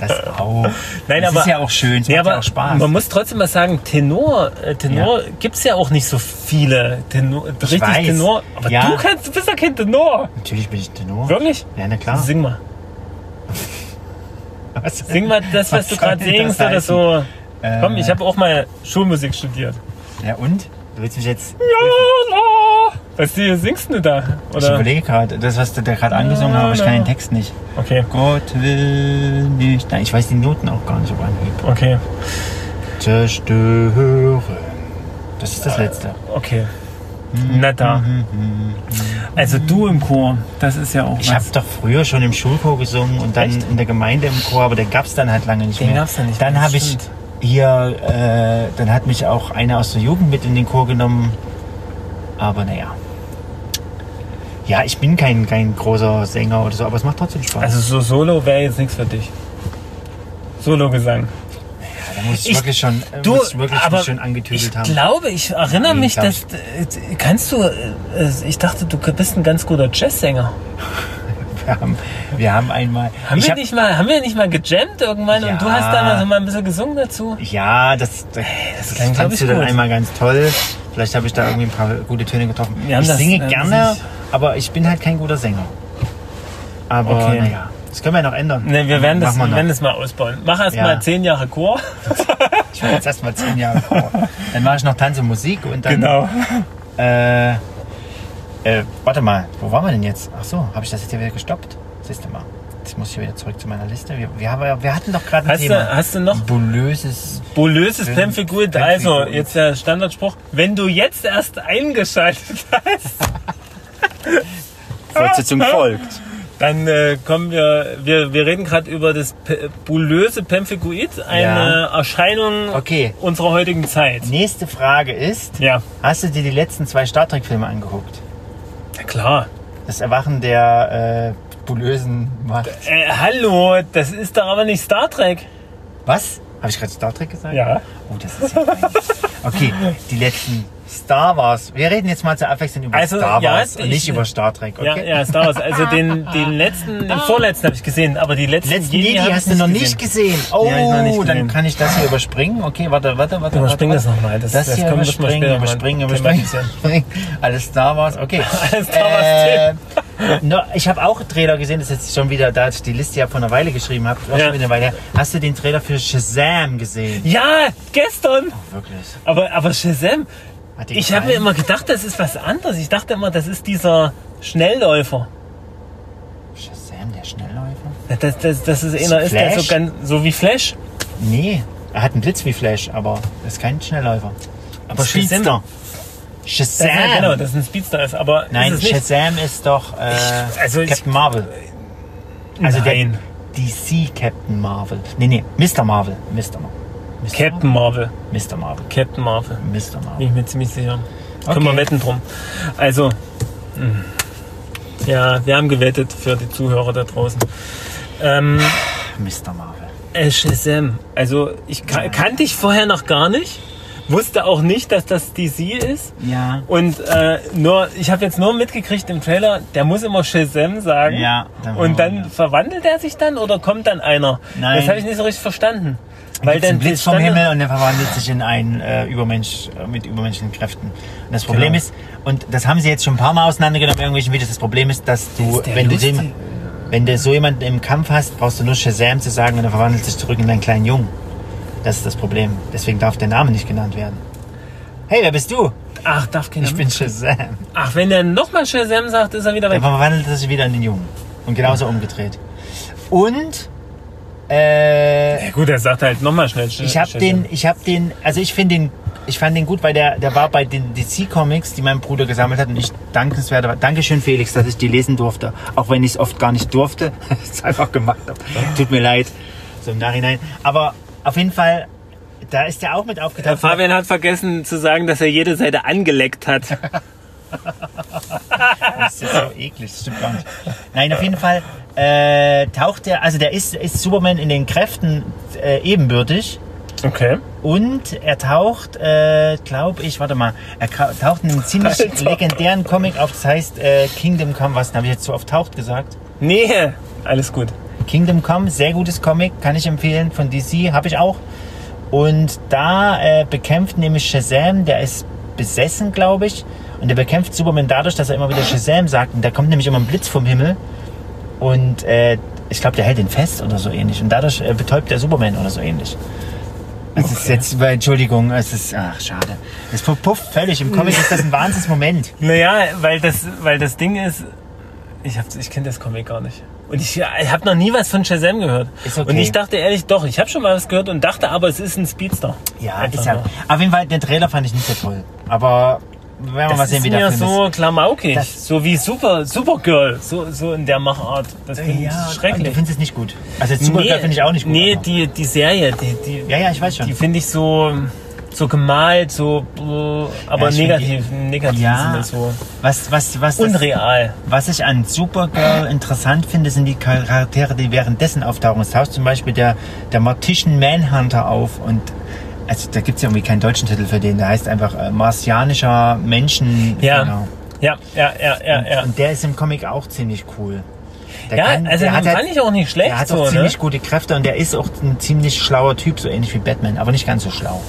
B: Das auch.
C: Äh. Nein,
B: das
C: aber-
B: ist ja auch schön. Es
C: Nee,
B: macht
C: aber
B: ja auch Spaß.
C: man muss trotzdem mal sagen, Tenor, äh, Tenor gibt's ja auch nicht so viele. Tenor, richtig
B: weiß.
C: Tenor. Aber
B: Ja.
C: du kannst, du bist doch kein Tenor.
B: Natürlich bin ich Tenor.
C: Wirklich?
B: Ja, na klar.
C: Sing mal.
B: Was?
C: Sing mal das, was, du
B: soll
C: gerade
B: denn
C: singst
B: das
C: oder so.
B: heißen?
C: Komm,
B: Äh,
C: ich habe auch mal Schulmusik studiert.
B: Ja, und? Du willst mich jetzt.
C: Jolo! Was die, singst du da?
B: Ich
C: Oder?
B: überlege gerade, das, was du da gerade angesungen hast, aber ich kann den Text nicht.
C: Okay,
B: Gott will nicht. Nein, ich weiß die Noten auch gar nicht auf Anhieb.
C: okay,
B: Zerstören. Das ist
C: Äh.
B: das Letzte.
C: okay. Na da. Also du im Chor, das ist ja auch
B: Ich habe
C: was.
B: doch früher schon im Schulchor gesungen und dann
C: Echt?
B: in der Gemeinde im Chor, aber den gab's dann halt lange nicht
C: Den
B: mehr.
C: gab's dann nicht
B: Dann
C: mehr,
B: habe ich
C: stimmt.
B: hier, äh, dann hat mich auch einer aus der Jugend mit in den Chor genommen. Aber naja. Ja, ich bin kein, kein großer Sänger oder so, aber es macht trotzdem Spaß.
C: Also so Solo wäre jetzt nichts für dich. Solo-Gesang.
B: da muss ich,
C: ich-
B: wirklich schon, äh,
C: Du,
B: muss ich wirklich
C: aber
B: mich schön angetüdelt
C: ich
B: haben.
C: glaube, ich erinnere
B: Nee,
C: mich,
B: glaub
C: dass äh, kannst du. äh, Ich dachte, du bist ein ganz guter Jazzsänger.
B: Wir haben, wir haben einmal.
C: Haben
B: ich
C: wir
B: hab-
C: nicht mal, haben wir nicht mal gejammt irgendwann
B: Ja.
C: und du hast da mal so mal ein bisschen gesungen dazu?
B: Ja, das, das,
C: klang, glaub
B: fandst
C: ich,
B: du dann
C: gut.
B: einmal ganz toll. Vielleicht habe ich da irgendwie ein paar gute Töne getroffen.
C: Wir haben
B: ich
C: das- äh,
B: singe
C: wir haben
B: gerne,
C: das nicht-
B: aber ich bin halt kein guter Sänger. Aber
C: Okay.
B: naja, das können wir ja noch ändern.
C: Ne, wir werden das,
B: Machen
C: wir
B: wir
C: werden
B: noch.
C: das mal ausbauen. Mach erst
B: Ja.
C: mal zehn Jahre Chor.
B: Ich war jetzt erstmal zehn Jahre vor. Dann mache ich noch Tanz und Musik und dann.
C: Genau.
B: Äh, äh, warte mal, wo waren wir denn jetzt? Ach so, habe ich das jetzt hier wieder gestoppt? Siehst du mal. Jetzt muss ich wieder zurück zu meiner Liste. Wir, wir, haben, wir hatten doch gerade ein
C: Hast du-
B: Thema.
C: hast du noch-
B: Bulöses
C: Bulöses
B: Wenn-
C: Plemfigur.
B: Plemfigur.
C: Also, jetzt der Standardspruch. Wenn du jetzt erst eingeschaltet hast,
B: Fortsetzung
C: Ah,
B: folgt.
C: dann äh, kommen wir, wir, wir reden gerade über das P bulöse Pemphiguid, eine Erscheinung
B: Okay.
C: unserer heutigen Zeit.
B: Nächste Frage ist,
C: Ja,
B: Hast du dir die letzten zwei Star Trek-Filme angeguckt?
C: na klar.
B: Das Erwachen der äh, bulösen Macht.
C: Äh, hallo, das ist doch aber nicht Star Trek.
B: Was? Habe ich gerade Star Trek gesagt?
C: Ja.
B: Oh, das ist ja peinlich. Okay, die letzten Star Wars. Wir reden jetzt mal zur Abwechslung über
C: Also,
B: Star
C: ja,
B: Wars und
C: ich-
B: nicht über Star Trek, okay?
C: Ja, ja, Star Wars. Also den, den letzten, den vorletzten habe ich gesehen, aber die letzten,
B: Die Letzten Jedi
C: hab ich
B: hast du noch nicht gesehen. Oh,
C: Die hab ich noch nicht
B: dann
C: gesehen.
B: kann ich das hier überspringen. Okay, warte, warte, warte.
C: Überspring
B: warte,
C: das
B: warte.
C: nochmal. Das-
B: das
C: das
B: hier
C: können wir schon mal
B: überspringen,
C: später
B: überspringen,
C: mal
B: überspringen. Alles Star Wars, okay.
C: Alles Star Wars
B: Äh, no, ich habe auch einen Trailer gesehen, das ist jetzt schon wieder, da ich die Liste ja vor einer Weile geschrieben habe.
C: Ja.
B: Eine Weile. her. Hast du den Trailer für Shazam gesehen?
C: Ja, gestern.
B: Wirklich.
C: Aber, aber Shazam,
B: Hat dir
C: ich habe mir
B: gefallen?
C: immer gedacht, das ist was anderes. Ich dachte immer, das ist dieser Schnellläufer.
B: Shazam, der Schnellläufer?
C: Das, das, das ist einer, ist der
B: Flash?
C: so, ganz, so wie Flash.
B: Nee, er hat einen Blitz wie Flash, aber ist kein Schnellläufer. Aber
C: Shazam.
B: Shazam.
C: Das, ja, genau, das ist ein Speedster. Ist, aber
B: Nein,
C: ist es nicht.
B: Shazam ist doch äh,
C: also ich-
B: Captain Marvel. Also
C: Nein.
B: Der, DC Captain Marvel. Nee, nee, Mr. Marvel. Mr. Marvel. Mr.
C: Captain Marvel.
B: Marvel. Mr. Marvel.
C: Captain Marvel.
B: Mr. Marvel.
C: Bin ich mir ziemlich sicher.
B: Okay.
C: Können wir wetten drum. Also, mh. ja, wir haben gewettet für die Zuhörer da draußen. Ähm,
B: Mr. Marvel.
C: äh, Shazam. Also, ich ka kannte ich vorher noch gar nicht. Wusste auch nicht, dass das DC ist.
B: Ja.
C: Und äh, nur, ich habe jetzt nur mitgekriegt im Trailer, der muss immer Shazam sagen.
B: Ja, dann
C: und dann
B: ja.
C: verwandelt er sich dann oder kommt dann einer?
B: Nein.
C: Das habe ich nicht so richtig verstanden. Weil
B: Weil
C: dann
B: dann Blitz vom
C: stand-
B: Himmel und er verwandelt sich in einen äh, Übermensch äh, mit übermenschlichen Kräften. Und das Problem
C: Genau.
B: ist, und das haben sie jetzt schon ein paar Mal auseinandergenommen in irgendwelchen Videos, das Problem ist, dass du,
C: Ist der
B: wenn du,
C: lustig?
B: dem, wenn du so jemanden im Kampf hast, brauchst du nur Shazam zu sagen und er verwandelt sich zurück in einen kleinen Jungen. Das ist das Problem. Deswegen darf der Name nicht genannt werden. Hey, wer bist du?
C: Ach, darf keiner.
B: Ich bin Shazam.
C: Ach, wenn er nochmal Shazam sagt, ist er wieder
B: Dann
C: weg.
B: verwandelt er sich wieder in den Jungen. Und genauso umgedreht. Und, äh,
C: Ja, gut, er sagt halt nochmal schnell Sh-
B: Ich habe
C: Shazam.
B: den, ich habe den, also ich finde den, ich fand den gut, weil der, der war bei den DC Comics, die mein Bruder gesammelt hat und ich dankenswert, Dankeschön Felix, dass ich die lesen durfte, auch wenn ich es oft gar nicht durfte, es einfach gemacht habe. Tut mir leid, so im Nachhinein. Aber auf jeden Fall, da ist der auch mit
C: Herr
B: aufgetaucht.
C: Fabian hat vergessen zu sagen, dass er jede Seite angeleckt hat.
B: Das ist ja so eklig, das stimmt gar nicht. Nein, auf jeden Fall äh, taucht der, also der ist, ist Superman in den Kräften äh, ebenbürtig.
C: Okay.
B: Und er taucht, äh, glaube ich, warte mal, er ka- taucht in einem ziemlich
C: Alter.
B: legendären Comic auf, das heißt äh, Kingdom Come, was, habe ich jetzt so oft taucht gesagt?
C: Nee, alles gut.
B: Kingdom Come, sehr gutes Comic, kann ich empfehlen, von DC, habe ich auch. Und da äh, bekämpft nämlich Shazam, der ist besessen, glaube ich, und der bekämpft Superman dadurch, dass er immer wieder Shazam sagt. Und da kommt nämlich immer ein Blitz vom Himmel und äh, ich glaube, der hält ihn fest oder so ähnlich. Und dadurch äh, betäubt der Superman oder so ähnlich. Es ist jetzt, weil- Entschuldigung, es ist, ach, schade. Es verpufft völlig. Im Comic ist das ein Wahnsinnsmoment.
C: Naja, weil das, weil das Ding ist, ich, hab- ich kenne das Comic gar nicht. Und ich, ich habe noch nie was von Shazam gehört.
B: Ist okay.
C: Und ich dachte ehrlich, doch, ich habe schon mal was gehört und dachte, aber es ist ein Speedster.
B: Ja,
C: Einfach
B: ist ja.
C: nur.
B: Auf jeden Fall, den Trailer fand ich nicht so toll. Aber werden wir
C: Das
B: mal sehen,
C: ist
B: wie der
C: mir
B: Film
C: so
B: ist.
C: klamaukig.
B: Das-
C: so wie Super, Supergirl. So, so in der Machart. Das finde ich
B: und Du
C: Äh, schrecklich.
B: findest es nicht gut. Also Supergirl finde ich auch nicht gut.
C: Nee,
B: aber-
C: die, die Serie, die, die,
B: ja, ja, ich weiß schon.
C: die finde ich so, so gemalt, so, äh, aber
B: Ja, ich find
C: negativ, negativ
B: Ja.
C: sind das so.
B: was, was, was, das-
C: Unreal.
B: was ich an Supergirl interessant finde, sind die Charaktere, die währenddessen auftauchen. Es taucht zum Beispiel der, der Martian Manhunter auf und also da gibt es ja irgendwie keinen deutschen Titel für den. Der heißt einfach äh, martianischer Menschen.
C: Ja.
B: Genau.
C: Ja, ja, ja, ja, ja.
B: Und der ist im Comic auch ziemlich cool. Der
C: Ja, also
B: der
C: den
B: hat halt-
C: fand ich auch nicht schlecht.
B: Der hat
C: so,
B: auch ziemlich
C: ne?
B: gute Kräfte und der ist auch ein ziemlich schlauer Typ, so ähnlich wie Batman, aber nicht ganz so schlau.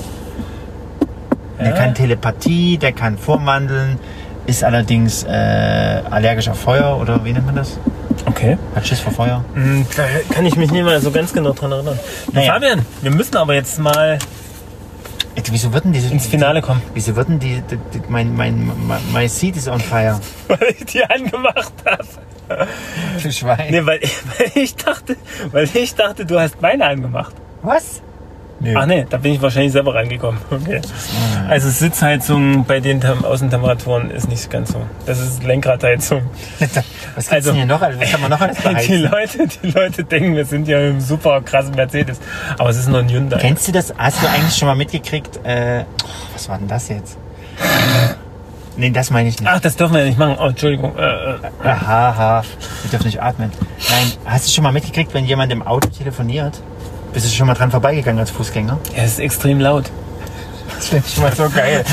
B: Der
C: Ja.
B: kann Telepathie, der kann vorwandeln, ist allerdings äh, allergisch auf Feuer oder wie nennt man das?
C: Okay.
B: Hat Schiss vor Feuer?
C: Hm, Da kann ich mich nicht mehr so ganz genau dran erinnern.
B: Naja.
C: Fabian, wir müssen aber jetzt mal
B: Äh, Wieso würden die
C: ins Finale kommen.
B: Wieso würden die, die, die mein, mein, mein, my seat is on fire?
C: Weil ich die angemacht habe.
B: Du Schwein.
C: Nee, weil, weil ich dachte, weil ich dachte, du hast meine angemacht.
B: Was? Nö.
C: Ach nee, da bin ich wahrscheinlich selber reingekommen. Okay. Also Sitzheizung bei den Tem Außentemperaturen ist nicht ganz so. Das ist Lenkradheizung.
B: Was gibt's
C: also-
B: denn hier noch? alles? Was kann man noch alles
C: Die
B: beheizen?
C: Leute, die Leute denken, wir sind ja im super krassen Mercedes. Aber es ist nur ein Hyundai.
B: Kennst du das? Hast du eigentlich schon mal mitgekriegt? Äh, was war denn das jetzt? Nee, das meine ich nicht.
C: Ach, das dürfen wir ja nicht machen. Oh, Entschuldigung. Äh, äh.
B: Aha, ha. wir dürfen nicht atmen. Nein, hast du schon mal mitgekriegt, wenn jemand im Auto telefoniert? Bist du schon mal dran vorbeigegangen als Fußgänger?
C: Ja, es ist extrem laut.
B: Das finde ich mal so geil.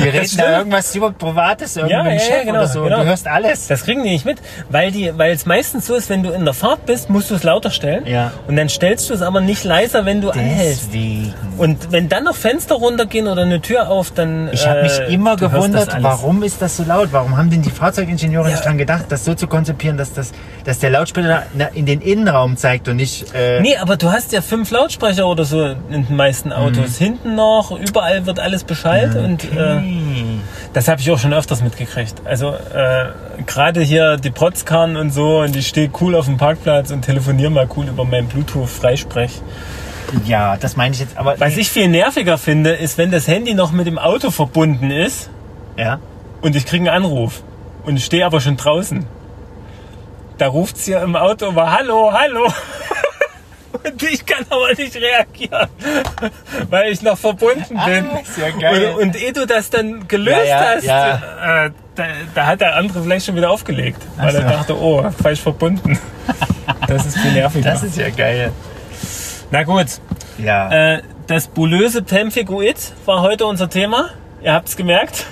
B: Die reden
C: stimmt.
B: da irgendwas über Privates, irgendwie
C: Ja,
B: mit dem
C: ja,
B: Chef
C: ja, genau,
B: oder so.
C: genau.
B: Du hörst alles.
C: Das kriegen die nicht mit, weil die, weil es meistens so ist, wenn du in der Fahrt bist, musst du es lauter stellen.
B: Ja.
C: Und dann stellst du es aber nicht leiser, wenn du anhältst.
B: Deswegen.
C: Und wenn dann noch Fenster runtergehen oder eine Tür auf, dann.
B: Ich habe mich
C: äh,
B: immer
C: du hörst das
B: gewundert,
C: alles.
B: warum ist das so laut? Warum haben denn die Fahrzeugingenieure
C: Ja.
B: nicht dran gedacht, das so zu konzipieren, dass, das, dass der Lautsprecher na- in den Innenraum zeigt und nicht... Äh,
C: Nee, aber du hast ja fünf Lautsprecher oder so in den
B: Mhm.
C: meisten Autos. Hinten noch, überall wird alles beschallt und äh,
B: Hm.
C: das habe ich auch schon öfters mitgekriegt. Also äh, gerade hier die Protzkarren und so und ich stehe cool auf dem Parkplatz und telefoniere mal cool über meinen Bluetooth-Freisprech.
B: Ja, das meine ich jetzt, aber...
C: Was ich viel nerviger finde, ist, wenn das Handy noch mit dem Auto verbunden ist
B: Ja.
C: und ich kriege einen Anruf und ich stehe aber schon draußen. Da ruft's hier im Auto immer Hallo, hallo. Und ich kann aber nicht reagieren, weil ich noch verbunden bin.
B: Ah, ist ja geil.
C: Und, und eh du das dann gelöst
B: Ja, ja,
C: hast,
B: ja.
C: Äh, da, da hat der andere vielleicht schon wieder aufgelegt, weil
B: so.
C: er dachte, oh, falsch verbunden. Das ist viel nerviger.
B: Das ist ja geil.
C: Na gut,
B: Ja.
C: äh, das bulöse Pemphiguit war heute unser Thema. Ihr habt's gemerkt.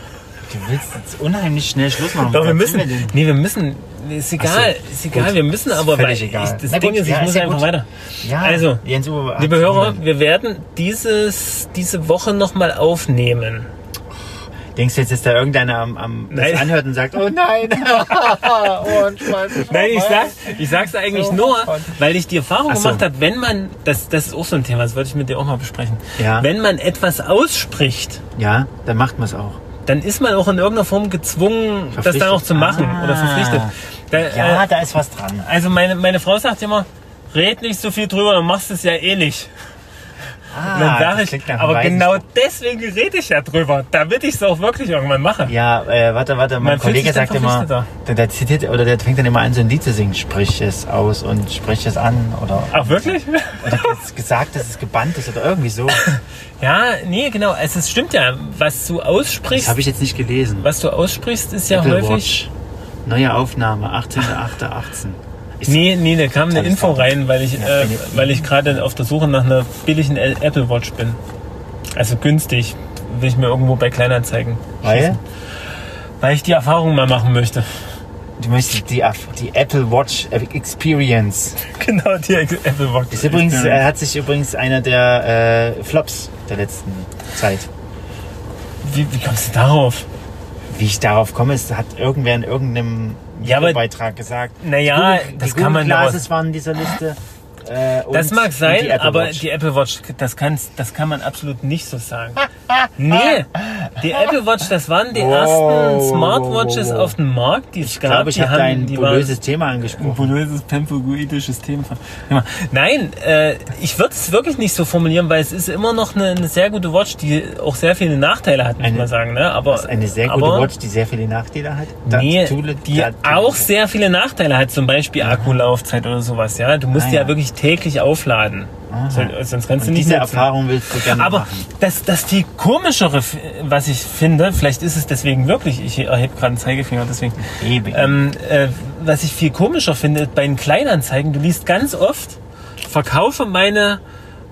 B: Du willst jetzt unheimlich schnell Schluss machen.
C: Doch,
B: Wie
C: wir
B: weit sind
C: müssen.
B: wir denn?
C: nee, wir müssen. nee, Ist egal,
B: Ach so,
C: ist egal,
B: gut.
C: wir müssen
B: Ist
C: aber.
B: völlig
C: weil
B: egal.
C: Ich, das
B: Na
C: Ding
B: gut,
C: ist, ich
B: ja,
C: muss
B: ist ja
C: einfach
B: gut.
C: weiter.
B: Ja,
C: also,
B: Jens Uwe,
C: liebe Hörer,
B: Mann.
C: wir werden dieses, diese Woche nochmal aufnehmen.
B: Denkst du jetzt, dass da irgendeiner am, am das
C: Nein.
B: anhört und sagt, oh nein, und schmeißt mich
C: Nein, ich
B: vorbei.
C: sag's, ich sag's eigentlich
B: So,
C: nur,
B: Mann.
C: weil ich die Erfahrung
B: Ach so.
C: gemacht habe, wenn man, das, das ist auch so ein Thema, das wollte ich mit dir auch mal besprechen.
B: Ja.
C: Wenn man etwas ausspricht,
B: Ja, dann macht man es auch.
C: dann ist man auch in irgendeiner Form gezwungen, das
B: Verpflichtet.
C: dann auch zu machen
B: Ah.
C: oder verpflichtet. Da,
B: Ja,
C: äh,
B: da ist was dran.
C: also meine, meine Frau sagt immer, red nicht so viel drüber, dann machst du es ja eh nicht.
B: Ah,
C: Und dann
B: das
C: sage
B: klingt
C: ich,
B: nach einem
C: aber
B: weisen
C: genau
B: Spruch.
C: deswegen rede ich ja drüber, damit ich es auch wirklich irgendwann mache.
B: Ja, äh, warte, warte, mein
C: Man fühlt
B: Kollege
C: sich dann
B: sagt immer, der,
C: verpflichteter.
B: der zitiert oder der fängt dann immer an, so ein Lied zu singen, sprich es aus und sprich es an oder,
C: Ach wirklich?
B: oder jetzt gesagt, dass es gebannt ist oder irgendwie so.
C: Ja, nee, genau. Also es stimmt ja, was du
B: Das
C: aussprichst,
B: habe ich jetzt nicht gelesen.
C: was du aussprichst, ist ja
B: Apple
C: häufig.
B: Watch. Neue Aufnahme, 18.08.18. Ist-
C: Nee, nee, da kam eine
B: Tolles
C: Info
B: Auto.
C: rein, weil ich,
B: Ja,
C: äh,
B: bin ich-
C: weil ich gerade auf der Suche nach einer billigen L- Apple Watch bin. Also günstig will ich mir irgendwo bei Kleinanzeigen.
B: Weil
C: schießen. Weil ich die Erfahrung mal machen möchte.
B: du möchtest die, die Apple Watch Experience.
C: Genau, die Ex- Apple Watch.
B: Ist übrigens, äh,
C: Experience.
B: hat sich übrigens einer der äh, Flops der letzten Zeit.
C: wie, wie kommst du darauf?
B: Wie ich darauf komme, ist, hat irgendwer in irgendeinem
C: Ja, aber-
B: Beitrag gesagt.
C: Naja,
B: die
C: das
B: Google
C: kann man aber-
B: Glasses waren in dieser Liste. Äh, und-
C: Das mag
B: und
C: sein,
B: die Apple
C: aber
B: Watch.
C: die Apple Watch, das, kann's, das kann man absolut nicht so sagen. nee, die Apple Watch, das waren die
B: Wow,
C: ersten
B: wow,
C: Smartwatches
B: wow, wow.
C: auf dem Markt, die es
B: ich glaube, ich
C: die
B: habe
C: haben-
B: dein
C: die waren-
B: bulöses Thema
C: Ein
B: angesprochen.
C: bulöses pemphigoidisches Thema. Nein, äh, ich würde es wirklich nicht so formulieren, weil es ist immer noch eine, eine sehr gute Watch, die auch sehr viele Nachteile hat, muss
B: Eine-
C: man sagen. Ne? Aber,
B: Das ist eine sehr gute
C: aber,
B: Watch, die sehr viele Nachteile hat.
C: Nee,
B: Datule-
C: die
B: Datule-
C: auch sehr viele Nachteile hat, zum Beispiel Akkulaufzeit oder sowas. Ja, Du musst
B: Ah,
C: die
B: ja.
C: ja wirklich täglich aufladen. So- Sonst kannst du
B: Und
C: nicht
B: diese
C: nutzen.
B: Erfahrung willst du gerne
C: Aber
B: machen.
C: das, das viel komischere, f- was ich finde, vielleicht ist es deswegen wirklich, ich erhebe gerade einen Zeigefinger, deswegen.
B: Eben.
C: Ähm, äh, was ich viel komischer finde, bei den Kleinanzeigen, du liest ganz oft, verkaufe meine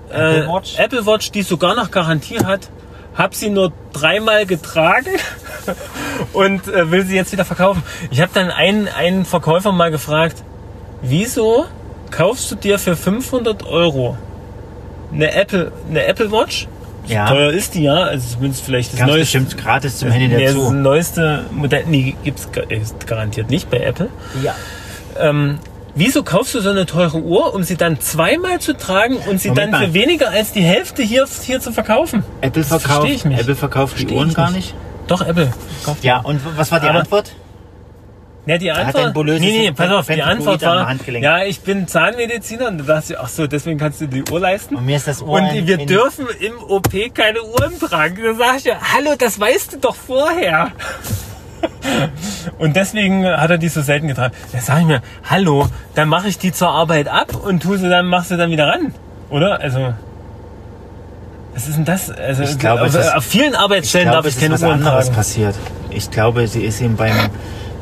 C: äh,
B: Apple Watch?
C: Apple Watch, die sogar noch Garantie hat, hab sie nur dreimal getragen und äh, will sie jetzt wieder verkaufen. Ich habe dann einen, einen Verkäufer mal gefragt, wieso kaufst du dir für 500 Euro eine Apple, eine Apple Watch?
B: Ja.
C: Teuer ist die ja, also zumindest vielleicht das
B: Ganz
C: neueste
B: bestimmt gratis zum Handy
C: Nee, Das
B: dazu.
C: neueste Modell, nee, gibt's ga- ist garantiert nicht bei Apple.
B: Ja.
C: Ähm, wieso kaufst du so eine teure Uhr, um sie dann zweimal zu tragen und sie
B: Moment
C: dann
B: mal.
C: für weniger als die Hälfte hier, hier zu verkaufen?
B: Apple
C: Das
B: verkauft,
C: verstehe ich nicht.
B: Apple verkauft die
C: Verstehe
B: Uhren
C: ich
B: gar nicht.
C: Doch, Apple. Kauft
B: Ja, und was war die
C: Aber-
B: Antwort?
C: Ja, die
B: hat ein
C: Antwort.
B: bulöses
C: nee, nee, pass auf, die
B: Pentagoid
C: Antwort
B: am
C: war.
B: Handgelenk.
C: Ja, ich bin Zahnmediziner und da dachte ich, ach so, deswegen kannst du die Uhr leisten.
B: Und mir ist das Ohr in-
C: Und wir
B: in-
C: dürfen im OP keine Uhren tragen. Da sag ich ja, hallo, das weißt du doch vorher. Und deswegen hat er die so selten getragen. Da sage ich mir, hallo, dann mache ich die zur Arbeit ab und tu sie dann, mach sie dann wieder ran. Oder? Also. Was ist denn das? Also,
B: Ich glaube,
C: auf,
B: es ist-
C: auf vielen Arbeitsstellen darf ich
B: es ist
C: keine
B: was
C: Uhren
B: anderes
C: tragen.
B: passiert. Ich glaube, sie ist ihm beim,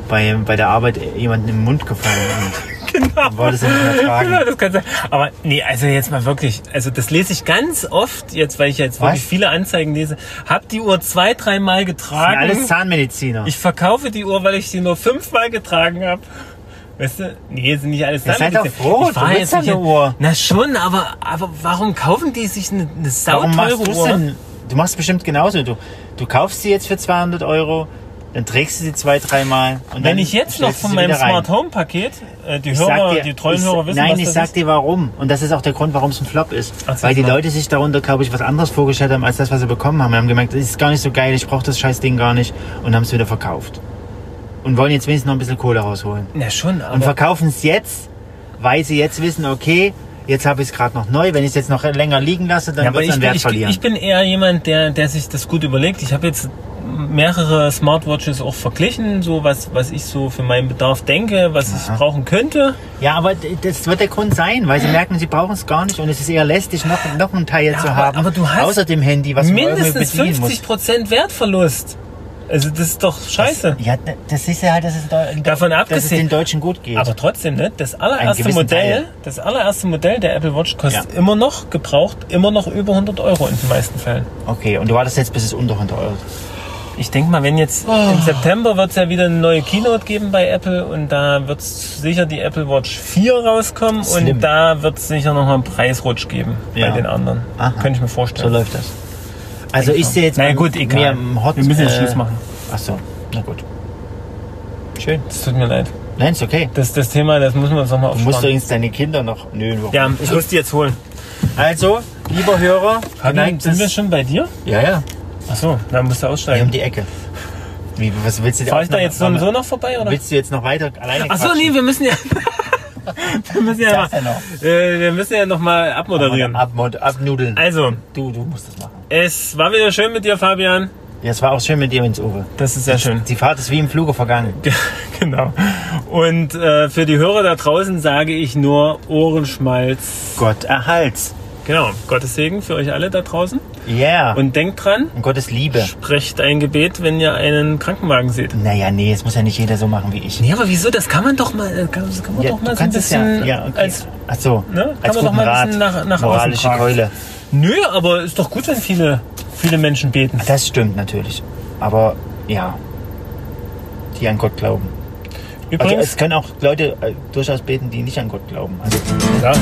B: beim, bei der Arbeit jemandem im Mund gefallen und wollte sie nicht mehr
C: Genau,
B: tragen.
C: das kann sein. Aber nee, also jetzt mal wirklich, also das lese ich ganz oft, jetzt weil ich jetzt
B: Was?
C: wirklich viele Anzeigen lese, hab die Uhr zwei, dreimal
B: Sind
C: getragen.
B: alles Zahnmediziner.
C: ich verkaufe die Uhr, weil ich sie nur fünfmal getragen habe. Weißt du? Nee, sind nicht alles
B: Ja, seid
C: Zahnmedizin.
B: doch froh,
C: Ich war
B: du willst
C: jetzt
B: ja
C: nicht
B: eine
C: in-
B: Uhr.
C: Na schon, aber, aber warum kaufen die sich eine, eine
B: Warum
C: sauteure
B: machst du
C: Uhr?
B: denn? Du machst bestimmt genauso. Du, du kaufst sie jetzt für 200 Euro, dann trägst du sie zwei, dreimal. Und
C: Wenn
B: dann
C: ich jetzt noch
B: stellst du
C: von
B: sie
C: meinem
B: wieder rein.
C: Smart Home Paket, äh, die
B: Ich
C: Hörer,
B: sag dir-
C: die treuen
B: ich,
C: Hörer wissen,
B: Nein,
C: was
B: ich
C: das
B: sag
C: ist.
B: dir warum. Und das ist auch der Grund, warum es ein Flop ist.
C: Ach,
B: Weil die
C: siehst du.
B: Leute sich darunter, glaube ich, was anderes vorgestellt haben, als das, was sie bekommen haben. Wir haben gemerkt, das ist gar nicht so geil, ich brauche das scheiß Ding gar nicht und haben es wieder verkauft. Und wollen jetzt wenigstens noch ein bisschen Kohle rausholen.
C: Na schon,
B: Und
C: aber
B: verkaufen es jetzt, weil sie jetzt wissen, okay, jetzt habe ich es gerade noch neu. Wenn ich es jetzt noch länger liegen lasse, dann
C: Ja, aber
B: wird
C: ich
B: es an
C: bin,
B: Wert
C: ich,
B: verlieren.
C: ich bin eher jemand, der, der sich das gut überlegt. Ich habe jetzt mehrere Smartwatches auch verglichen, so was, was ich so für meinen Bedarf denke, was ich brauchen könnte.
B: Ja, aber d- das wird der Grund sein, weil sie merken, sie brauchen es gar nicht und es ist eher lästig, noch, noch einen Teil zu
C: aber-
B: haben.
C: aber du hast
B: außer dem Handy, was man
C: Mindestens
B: irgendwie bedienen
C: 50 Prozent Wertverlust. Also das ist doch scheiße.
B: muss. Ja, d- das ist ja halt, dass es, da-
C: Davon
B: dass es
C: abgesehen-
B: den Deutschen gut geht.
C: Aber trotzdem, ne? Das allererste
B: gewissen
C: Modell,
B: Teil.
C: das allererste Modell der Apple Watch kostet
B: Ja.
C: immer noch gebraucht, immer noch über 100 Euro in den meisten Fällen.
B: okay, und du wartest jetzt, bis es unter 100 Euro ist.
C: Ich denke mal, wenn jetzt
B: Oh.
C: im September wird es ja wieder eine neue Keynote geben bei Apple und da wird sicher die Apple Watch 4 rauskommen
B: Slim.
C: und da wird es sicher nochmal einen Preisrutsch geben
B: Ja.
C: bei den anderen.
B: Aha.
C: Könnte ich mir
B: So
C: vorstellen.
B: läuft das. Also ich sehe jetzt
C: Na ja,
B: beim-
C: gut, egal.
B: mir im Hot, äh,
C: Wir müssen jetzt Schluss machen.
B: Ach so, na gut. Schön.
C: das tut mir leid.
B: Nein, ist okay.
C: Das das Thema, das müssen wir uns nochmal
B: Du musst
C: aufsparen.
B: übrigens deine Kinder noch... Nö, warum?
C: Ja, ich muss die jetzt holen.
B: Also, lieber Hörer,
C: Fabian, sind wir
B: geneigtes...
C: schon bei dir?
B: Ja, ja.
C: Achso, dann musst du
B: Hier
C: aussteigen.
B: um die Ecke. Wie, was willst du denn
C: Fahr ich da jetzt so und so noch vorbei? Oder?
B: Willst du jetzt noch weiter alleine
C: Achso, nee, wir müssen ja. wir müssen ja,
B: Was denn noch?
C: äh, wir müssen ja nochmal abmoderieren.
B: Abmod, abnudeln.
C: Also,
B: Du, du musst das machen.
C: es war wieder schön mit dir, Fabian.
B: Ja, es war auch schön mit dir ins Uwe.
C: Das ist sehr schön.
B: Die Fahrt ist wie im Fluge vergangen.
C: genau. Und äh, für die Hörer da draußen sage ich nur Ohrenschmalz.
B: Gott erhalts.
C: Genau. Gottes Segen für euch alle da draußen.
B: Yeah. Und,
C: Und denkt dran,
B: Gottes Liebe.
C: sprecht ein Gebet, wenn ihr einen Krankenwagen seht.
B: Naja, nee, es muss ja nicht jeder so machen wie ich.
C: Nee, aber wieso? Das kann man doch mal, äh, kann, das kann man
B: Ja,
C: doch mal so ein bisschen
B: es ja. ja okay.
C: als.
B: Ach so,
C: Ne? Kann
B: als
C: man doch
B: guten
C: mal ein
B: Rat.
C: bisschen nach- nach außen
B: moralische
C: tragen.
B: Keule.
C: Nö, aber ist doch gut, wenn viele, viele Menschen beten.
B: Das stimmt natürlich. Aber ja, die an Gott glauben. Also
C: Übrigens,
B: es können auch Leute äh, durchaus beten, die nicht an Gott glauben. Also,
C: ja.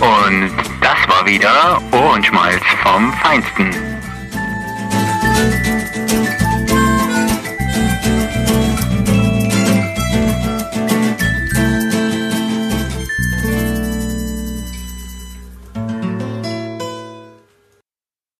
A: Und das war wieder Ohrenschmalz vom Feinsten.